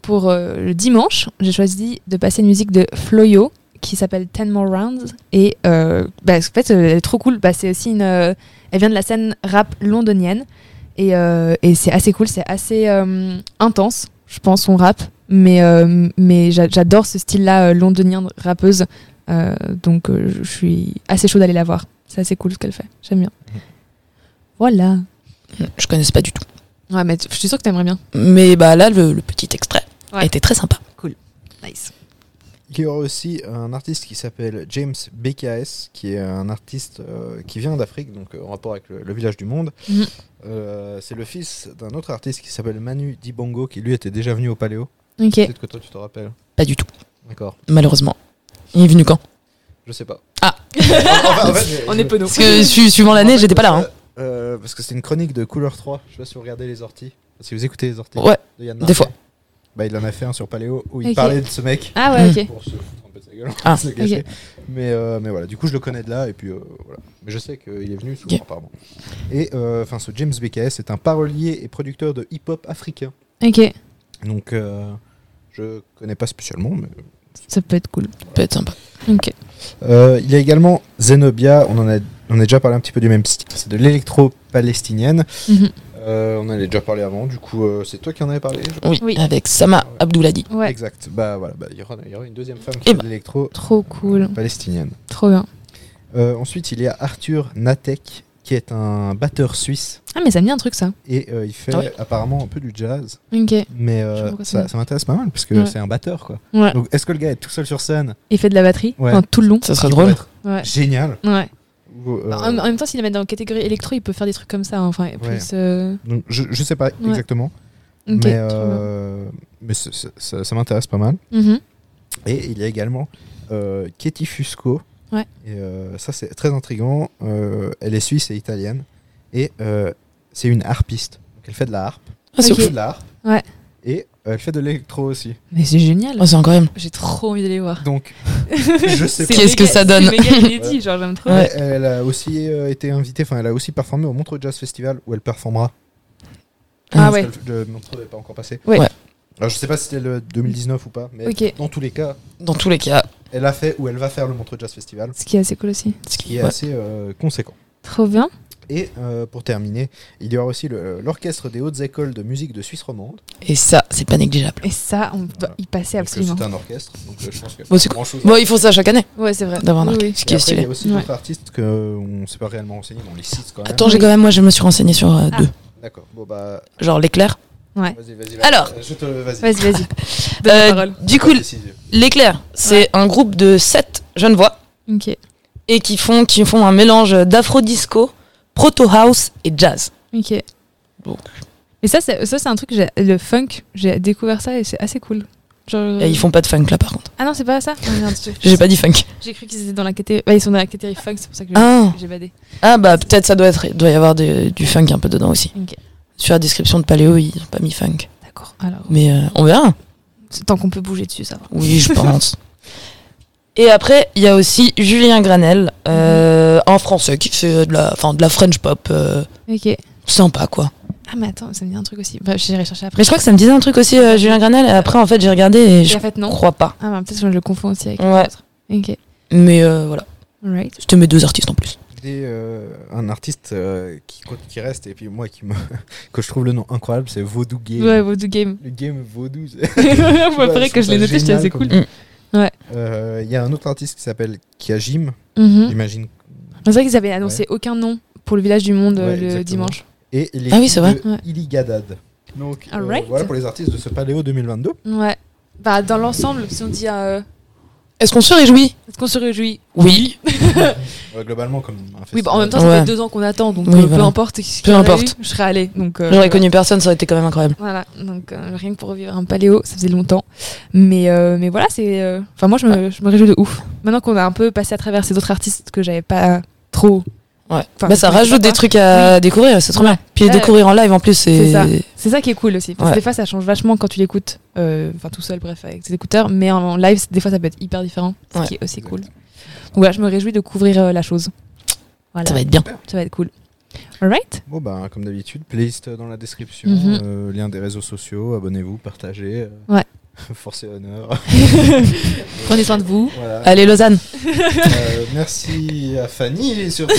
[SPEAKER 7] Pour euh, le dimanche, j'ai choisi de passer une musique de Floyo qui s'appelle Ten More Rounds et euh, bah, en fait euh, elle est trop cool. Bah, c'est aussi une, euh, elle vient de la scène rap londonienne et, euh, et c'est assez cool, c'est assez euh, intense, je pense son rap, mais euh, mais j'a- j'adore ce style-là euh, londonien de rappeuse, Euh, donc euh, je suis assez chaud d'aller la voir. C'est assez cool ce qu'elle fait, j'aime bien.
[SPEAKER 6] Mm.
[SPEAKER 7] Voilà.
[SPEAKER 5] Je connaissais pas du tout.
[SPEAKER 7] Ouais, mais tu- je suis sûre que t'aimerais bien.
[SPEAKER 5] Mais bah là le, le petit extrait
[SPEAKER 7] Ouais.
[SPEAKER 5] était très sympa.
[SPEAKER 7] Nice.
[SPEAKER 6] Il y aura aussi un artiste qui s'appelle James BKS, qui est un artiste euh, qui vient d'Afrique, donc euh, en rapport avec le, le village du monde.
[SPEAKER 5] Mm.
[SPEAKER 7] Mhm.
[SPEAKER 6] Euh, c'est le fils d'un autre artiste qui s'appelle Manu Dibongo, qui lui était déjà venu au Paléo.
[SPEAKER 7] Ok.
[SPEAKER 6] Peut-être que toi tu te rappelles.
[SPEAKER 5] Pas du tout.
[SPEAKER 6] D'accord,
[SPEAKER 5] Malheureusement. Il est venu quand
[SPEAKER 6] je sais pas.
[SPEAKER 5] Ah.
[SPEAKER 6] Enfin, en fait, j'ai-
[SPEAKER 7] On est penaud.
[SPEAKER 5] Parce que su- suivant l'année j'étais pas là. hein.
[SPEAKER 6] Euh, parce que c'est une chronique de Couleur 3. Je sais pas si vous regardez les orties. Si vous écoutez les orties.
[SPEAKER 5] Ouais,
[SPEAKER 6] de Yann
[SPEAKER 5] des
[SPEAKER 6] Marquet.
[SPEAKER 5] fois.
[SPEAKER 6] Bah, il en a fait un sur Paléo où il
[SPEAKER 7] Ok.
[SPEAKER 6] parlait de ce mec.
[SPEAKER 7] Ah ouais, ok.
[SPEAKER 6] Pour se foutre un peu de sa gueule.
[SPEAKER 5] Ah,
[SPEAKER 6] se cacher. mais, euh, mais voilà, du coup, je le connais de là. Et puis euh, voilà. Mais je sais qu'il est venu souvent,
[SPEAKER 5] Ok.
[SPEAKER 6] apparemment. Et euh, enfin, ce James BKS est un parolier et producteur de hip-hop africain.
[SPEAKER 7] Mm. Ok.
[SPEAKER 6] Donc, euh, je connais pas spécialement. Mais...
[SPEAKER 7] Ça peut être cool.
[SPEAKER 5] peut être sympa.
[SPEAKER 7] Ok.
[SPEAKER 6] Euh, il y a également Zenobia. On en a, on a déjà parlé un petit peu du même style. C'est de l'électro-palestinienne.
[SPEAKER 7] Mhm.
[SPEAKER 6] Euh, on en avait déjà parlé avant. Du coup, euh, c'est toi qui en avais parlé. je
[SPEAKER 5] Oui,
[SPEAKER 7] Oui.
[SPEAKER 5] avec Sama Abdouladi.
[SPEAKER 7] Ouais.
[SPEAKER 6] Exact. Bah voilà, bah, il y, aura- il y aura une deuxième femme
[SPEAKER 5] Eh
[SPEAKER 6] qui fait
[SPEAKER 5] ben.
[SPEAKER 6] de l'électro
[SPEAKER 7] Trop cool.
[SPEAKER 6] palestinienne.
[SPEAKER 7] Trop bien.
[SPEAKER 6] Euh, ensuite, il y a Arthur Natek, qui est un batteur suisse
[SPEAKER 7] Ah, mais ça me dit un truc, ça.
[SPEAKER 6] et euh, il fait
[SPEAKER 5] Ah ouais.
[SPEAKER 6] apparemment un peu du jazz,
[SPEAKER 7] Ok.
[SPEAKER 6] mais euh,
[SPEAKER 7] Je sais pas pourquoi ça
[SPEAKER 6] ça,
[SPEAKER 7] me-
[SPEAKER 6] ça m'intéresse pas mal parce que
[SPEAKER 7] Ouais.
[SPEAKER 6] c'est un batteur quoi.
[SPEAKER 7] Ouais.
[SPEAKER 6] Donc, est-ce que le gars est tout seul sur scène
[SPEAKER 7] Il fait de la batterie
[SPEAKER 6] Ouais.
[SPEAKER 7] enfin, tout le long.
[SPEAKER 5] Ça serait
[SPEAKER 6] Il
[SPEAKER 5] drôle.
[SPEAKER 6] pourrait être
[SPEAKER 7] Ouais. Ah,
[SPEAKER 6] Génial.
[SPEAKER 7] Ouais.
[SPEAKER 6] Ou, euh,
[SPEAKER 7] En, en même temps, s'il les met dans la catégorie électro, il peut faire des trucs comme ça. hein. Enfin, plus. euh,
[SPEAKER 6] donc, je, je sais pas
[SPEAKER 7] Ouais.
[SPEAKER 6] exactement,
[SPEAKER 7] Ok.
[SPEAKER 6] mais,
[SPEAKER 7] trop bien.
[SPEAKER 6] euh, mais c'est- c'est- ça, ça m'intéresse pas mal.
[SPEAKER 7] Mhm.
[SPEAKER 6] Et il y a également euh, Katie Fusco.
[SPEAKER 7] Ouais.
[SPEAKER 6] Et euh, ça, c'est très intriguant. Euh, elle est suisse et italienne. Et euh, c'est une harpiste. Donc, elle fait de la harpe.
[SPEAKER 5] Ah,
[SPEAKER 7] Ok.
[SPEAKER 5] c'est
[SPEAKER 6] Elle
[SPEAKER 5] ouf.
[SPEAKER 6] fait de la harpe.
[SPEAKER 7] Ouais.
[SPEAKER 6] Et euh, elle fait de l'électro aussi.
[SPEAKER 7] Mais c'est génial.
[SPEAKER 5] Oh, c'est incroyable.
[SPEAKER 7] J'ai trop envie de les voir.
[SPEAKER 6] Donc, je sais
[SPEAKER 7] C'est
[SPEAKER 6] pas.
[SPEAKER 5] Qu'est-ce que
[SPEAKER 7] méga-
[SPEAKER 5] ça donne
[SPEAKER 7] C'est méga inédit, genre, j'aime trop.
[SPEAKER 5] Ouais.
[SPEAKER 6] Elle a aussi euh, été invitée, enfin, elle a aussi performé au Montreux Jazz Festival où elle performera.
[SPEAKER 7] Ah
[SPEAKER 6] Parce
[SPEAKER 7] ouais.
[SPEAKER 6] que Le, le Montreux n'est pas encore passé.
[SPEAKER 7] Ouais.
[SPEAKER 5] Ouais.
[SPEAKER 6] Alors, je sais pas si c'était le 2019 ou pas, mais
[SPEAKER 7] Ok.
[SPEAKER 6] dans tous les cas,
[SPEAKER 5] Dans tous les cas,
[SPEAKER 6] elle a fait ou elle va faire le Montreux Jazz Festival,
[SPEAKER 7] Ce qui est assez cool aussi.
[SPEAKER 5] ce
[SPEAKER 6] qui
[SPEAKER 5] qui
[SPEAKER 6] est
[SPEAKER 5] ouais.
[SPEAKER 6] assez euh, conséquent.
[SPEAKER 7] Trop bien.
[SPEAKER 6] Et euh, pour terminer, il y aura aussi le- l'orchestre des hautes écoles de musique de Suisse romande.
[SPEAKER 5] Et ça, c'est pas négligeable.
[SPEAKER 7] Et ça, on doit y passer
[SPEAKER 6] Donc, euh,
[SPEAKER 7] absolument.
[SPEAKER 6] C'est un orchestre, donc euh, je pense que
[SPEAKER 5] Bon, c'est
[SPEAKER 6] grand chose.
[SPEAKER 5] Bon, ils font ça chaque année,
[SPEAKER 7] Ouais, c'est vrai.
[SPEAKER 5] d'avoir un
[SPEAKER 7] Oui,
[SPEAKER 5] orchestre,
[SPEAKER 7] oui.
[SPEAKER 5] ce
[SPEAKER 6] Et
[SPEAKER 5] qui
[SPEAKER 6] après,
[SPEAKER 5] est
[SPEAKER 6] il y
[SPEAKER 5] stylé.
[SPEAKER 6] a aussi
[SPEAKER 7] Ouais.
[SPEAKER 6] d'autres artistes qu'on ne s'est pas réellement renseigné, mais on les cite quand même.
[SPEAKER 5] Attends, j'ai quand même, moi, je me suis renseignée sur euh,
[SPEAKER 7] Ah.
[SPEAKER 5] deux.
[SPEAKER 6] D'accord. Bon, bah,
[SPEAKER 5] Genre l'éclair,
[SPEAKER 7] Ouais.
[SPEAKER 6] Vas-y, vas-y.
[SPEAKER 5] Alors.
[SPEAKER 6] je te vas-y.
[SPEAKER 7] Vas-y, vas-y.
[SPEAKER 5] Euh,
[SPEAKER 7] parole.
[SPEAKER 5] du coup, l'éclair, c'est un groupe de 7 jeunes voix
[SPEAKER 7] Ok.
[SPEAKER 5] et qui font, qui font un mélange d'afro-disco, proto-house et jazz.
[SPEAKER 7] Ok.
[SPEAKER 5] Bon.
[SPEAKER 7] Mais ça, c'est ça, c'est un truc, que j'ai- le funk, j'ai découvert ça et c'est assez cool. Genre-
[SPEAKER 5] Et ils font pas de funk là par contre.
[SPEAKER 7] Ah non, c'est pas ça Oh, merde, je-
[SPEAKER 5] J'ai pas dit funk.
[SPEAKER 7] J'ai cru qu'ils étaient dans la catégorie. Ouais, ils sont dans la catégorie funk, c'est pour ça que j'ai-
[SPEAKER 5] Ah.
[SPEAKER 7] j'ai badé.
[SPEAKER 5] Ah bah peut-être ça doit être, doit y avoir des- du funk un peu dedans aussi.
[SPEAKER 7] Ok.
[SPEAKER 5] Sur la description de Paléo, ils ont pas mis funk.
[SPEAKER 7] D'accord. Alors,
[SPEAKER 5] Mais euh, on verra.
[SPEAKER 7] tant qu'on peut bouger dessus, ça va.
[SPEAKER 5] Oui, je pense. Et après, il y a aussi Julien Granel, euh, un français qui fait de la, enfin, de la French pop euh,
[SPEAKER 7] Ok.
[SPEAKER 5] sympa, quoi.
[SPEAKER 7] Ah, mais attends, ça me dit un truc aussi. Bah, j'irai chercher après.
[SPEAKER 5] Mais je crois que ça me disait un truc aussi, euh, Julien Granel, et après, en fait, j'ai regardé et
[SPEAKER 7] Et
[SPEAKER 5] je
[SPEAKER 7] en fait, non.
[SPEAKER 5] crois pas.
[SPEAKER 7] Ah, bah, peut-être que je le confonds aussi avec.
[SPEAKER 5] Ouais.
[SPEAKER 7] Ok.
[SPEAKER 5] Mais euh, voilà,
[SPEAKER 7] Alright.
[SPEAKER 5] je te mets deux artistes en plus.
[SPEAKER 6] Des, euh, un artiste euh, qui, co- qui reste et puis moi qui me que je trouve le nom incroyable, c'est Vaudou Game.
[SPEAKER 7] Ouais, Voodoo Game.
[SPEAKER 6] Le game Vaudou. c'est-
[SPEAKER 7] Moi,
[SPEAKER 6] Ouais,
[SPEAKER 7] après
[SPEAKER 6] je
[SPEAKER 7] que je l'ai
[SPEAKER 6] trouve ça
[SPEAKER 7] noté, j'étais
[SPEAKER 6] génial
[SPEAKER 7] assez
[SPEAKER 6] comme-
[SPEAKER 7] cool.
[SPEAKER 6] Euh, Il y a un autre artiste qui s'appelle Kiajim,
[SPEAKER 7] Mhm.
[SPEAKER 6] j'imagine.
[SPEAKER 7] C'est vrai qu'ils avaient annoncé aucun nom pour le village du monde euh,
[SPEAKER 6] Ouais,
[SPEAKER 7] le
[SPEAKER 6] exactement.
[SPEAKER 7] dimanche.
[SPEAKER 6] Et il est
[SPEAKER 5] Ah oui, c'est vrai.
[SPEAKER 6] de
[SPEAKER 7] Ouais.
[SPEAKER 6] Iligadad. Donc euh,
[SPEAKER 7] Alright.
[SPEAKER 6] voilà pour les artistes de ce Paléo 2022.
[SPEAKER 7] Ouais. Bah, dans l'ensemble, si on dit. euh,
[SPEAKER 5] Est-ce qu'on se réjouit
[SPEAKER 7] Est-ce qu'on se réjouit
[SPEAKER 5] Oui.
[SPEAKER 6] Ouais, Euh, globalement comme un
[SPEAKER 7] Oui,
[SPEAKER 6] festival.
[SPEAKER 7] bah, en même temps, ça
[SPEAKER 5] Ouais.
[SPEAKER 7] fait deux ans qu'on attend, donc
[SPEAKER 5] Oui,
[SPEAKER 7] euh, peu
[SPEAKER 5] voilà.
[SPEAKER 7] importe. ce
[SPEAKER 5] Peu
[SPEAKER 7] qu'il y en a
[SPEAKER 5] importe.
[SPEAKER 7] eu, je serais allée. Donc, euh,
[SPEAKER 5] J'aurais connu personne, ça aurait été quand même incroyable.
[SPEAKER 7] Voilà, donc euh, rien que pour revivre un paléo, ça faisait longtemps. Mais, euh, mais voilà, c'est. euh, Enfin, moi, je me, je me réjouis de ouf. Maintenant qu'on a un peu passé à travers ces autres artistes que j'avais pas trop.
[SPEAKER 5] Ouais.
[SPEAKER 7] Enfin,
[SPEAKER 5] bah, ça
[SPEAKER 7] je sais
[SPEAKER 5] rajoute
[SPEAKER 7] pas.
[SPEAKER 5] des trucs à découvrir, c'est trop bien. Puis les
[SPEAKER 7] Ouais.
[SPEAKER 5] découvrir en live en plus, c'est.
[SPEAKER 7] C'est ça. C'est ça qui est cool aussi. Parce
[SPEAKER 5] Ouais.
[SPEAKER 7] que des fois, ça change vachement quand tu l'écoutes. euh, Enfin, tout seul, bref, avec tes écouteurs. Mais en, en live, c'est- des fois, ça peut être hyper différent. Ce
[SPEAKER 5] Ouais.
[SPEAKER 7] qui est aussi cool. Donc voilà, je me réjouis de couvrir euh, la chose. Voilà.
[SPEAKER 5] Ça va être bien.
[SPEAKER 7] Ça va être cool. Alright
[SPEAKER 6] Bon, bah, comme d'habitude, playlist dans la description,
[SPEAKER 7] Mhm.
[SPEAKER 6] euh, lien des réseaux sociaux, abonnez-vous, partagez. euh,
[SPEAKER 7] Ouais.
[SPEAKER 6] Force et honneur.
[SPEAKER 7] Prenez soin de vous.
[SPEAKER 6] Voilà.
[SPEAKER 5] Allez, Lausanne.
[SPEAKER 6] Euh, merci à Fanny surtout.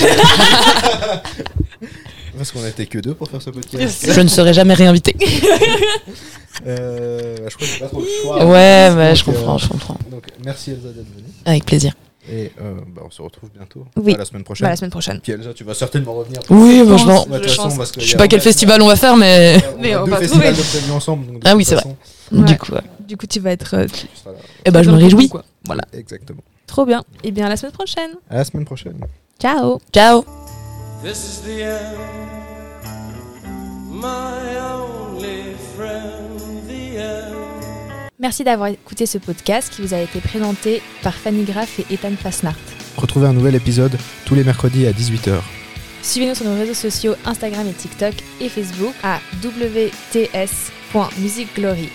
[SPEAKER 6] Parce qu'on n'était que deux pour faire ce podcast.
[SPEAKER 5] Je ne serai jamais réinvitée.
[SPEAKER 6] Euh, bah, je crois que j'ai pas trop le choix.
[SPEAKER 5] Ouais, bah,
[SPEAKER 6] Donc,
[SPEAKER 5] je
[SPEAKER 6] euh,
[SPEAKER 5] comprends, je comprends.
[SPEAKER 6] Donc merci Elsa d'être venue.
[SPEAKER 5] Avec plaisir.
[SPEAKER 6] Et euh, bah, on se retrouve bientôt.
[SPEAKER 7] Oui.
[SPEAKER 6] Enfin, la semaine prochaine.
[SPEAKER 7] Bah, la semaine prochaine.
[SPEAKER 6] Puis Elsa, tu vas certainement revenir.
[SPEAKER 5] Oui,
[SPEAKER 7] pense.
[SPEAKER 5] franchement.
[SPEAKER 6] Ouais, de toute
[SPEAKER 7] Je
[SPEAKER 6] façon,
[SPEAKER 7] pense.
[SPEAKER 6] parce que
[SPEAKER 5] Je
[SPEAKER 6] y
[SPEAKER 5] sais
[SPEAKER 6] a-
[SPEAKER 5] pas quel festival on va faire, mais.
[SPEAKER 6] On
[SPEAKER 7] Mais
[SPEAKER 6] a
[SPEAKER 7] on
[SPEAKER 6] deux
[SPEAKER 7] va
[SPEAKER 6] festivals
[SPEAKER 7] trouver.
[SPEAKER 6] de prévus ensemble. donc de
[SPEAKER 5] Ah oui,
[SPEAKER 6] toute
[SPEAKER 5] c'est vrai.
[SPEAKER 6] façon,
[SPEAKER 7] Ouais.
[SPEAKER 5] Du coup, ouais.
[SPEAKER 7] Du coup, tu vas être. euh,
[SPEAKER 6] tu seras là.
[SPEAKER 5] eh ben, je
[SPEAKER 7] dans
[SPEAKER 5] me
[SPEAKER 7] le
[SPEAKER 5] réjouis.
[SPEAKER 7] quoi.
[SPEAKER 6] Exactement.
[SPEAKER 7] Trop bien. Et bien, à la semaine prochaine.
[SPEAKER 6] À la semaine prochaine.
[SPEAKER 7] Ciao.
[SPEAKER 5] Ciao.
[SPEAKER 1] This is the end, my only friend, the end.
[SPEAKER 10] Merci d'avoir écouté ce podcast qui vous a été présenté par Fanny Graff et Ethan Fasnart.
[SPEAKER 6] Retrouvez un nouvel épisode tous les mercredis à 18h.
[SPEAKER 10] Suivez-nous sur nos réseaux sociaux Instagram et TikTok et Facebook à wts.musicglory.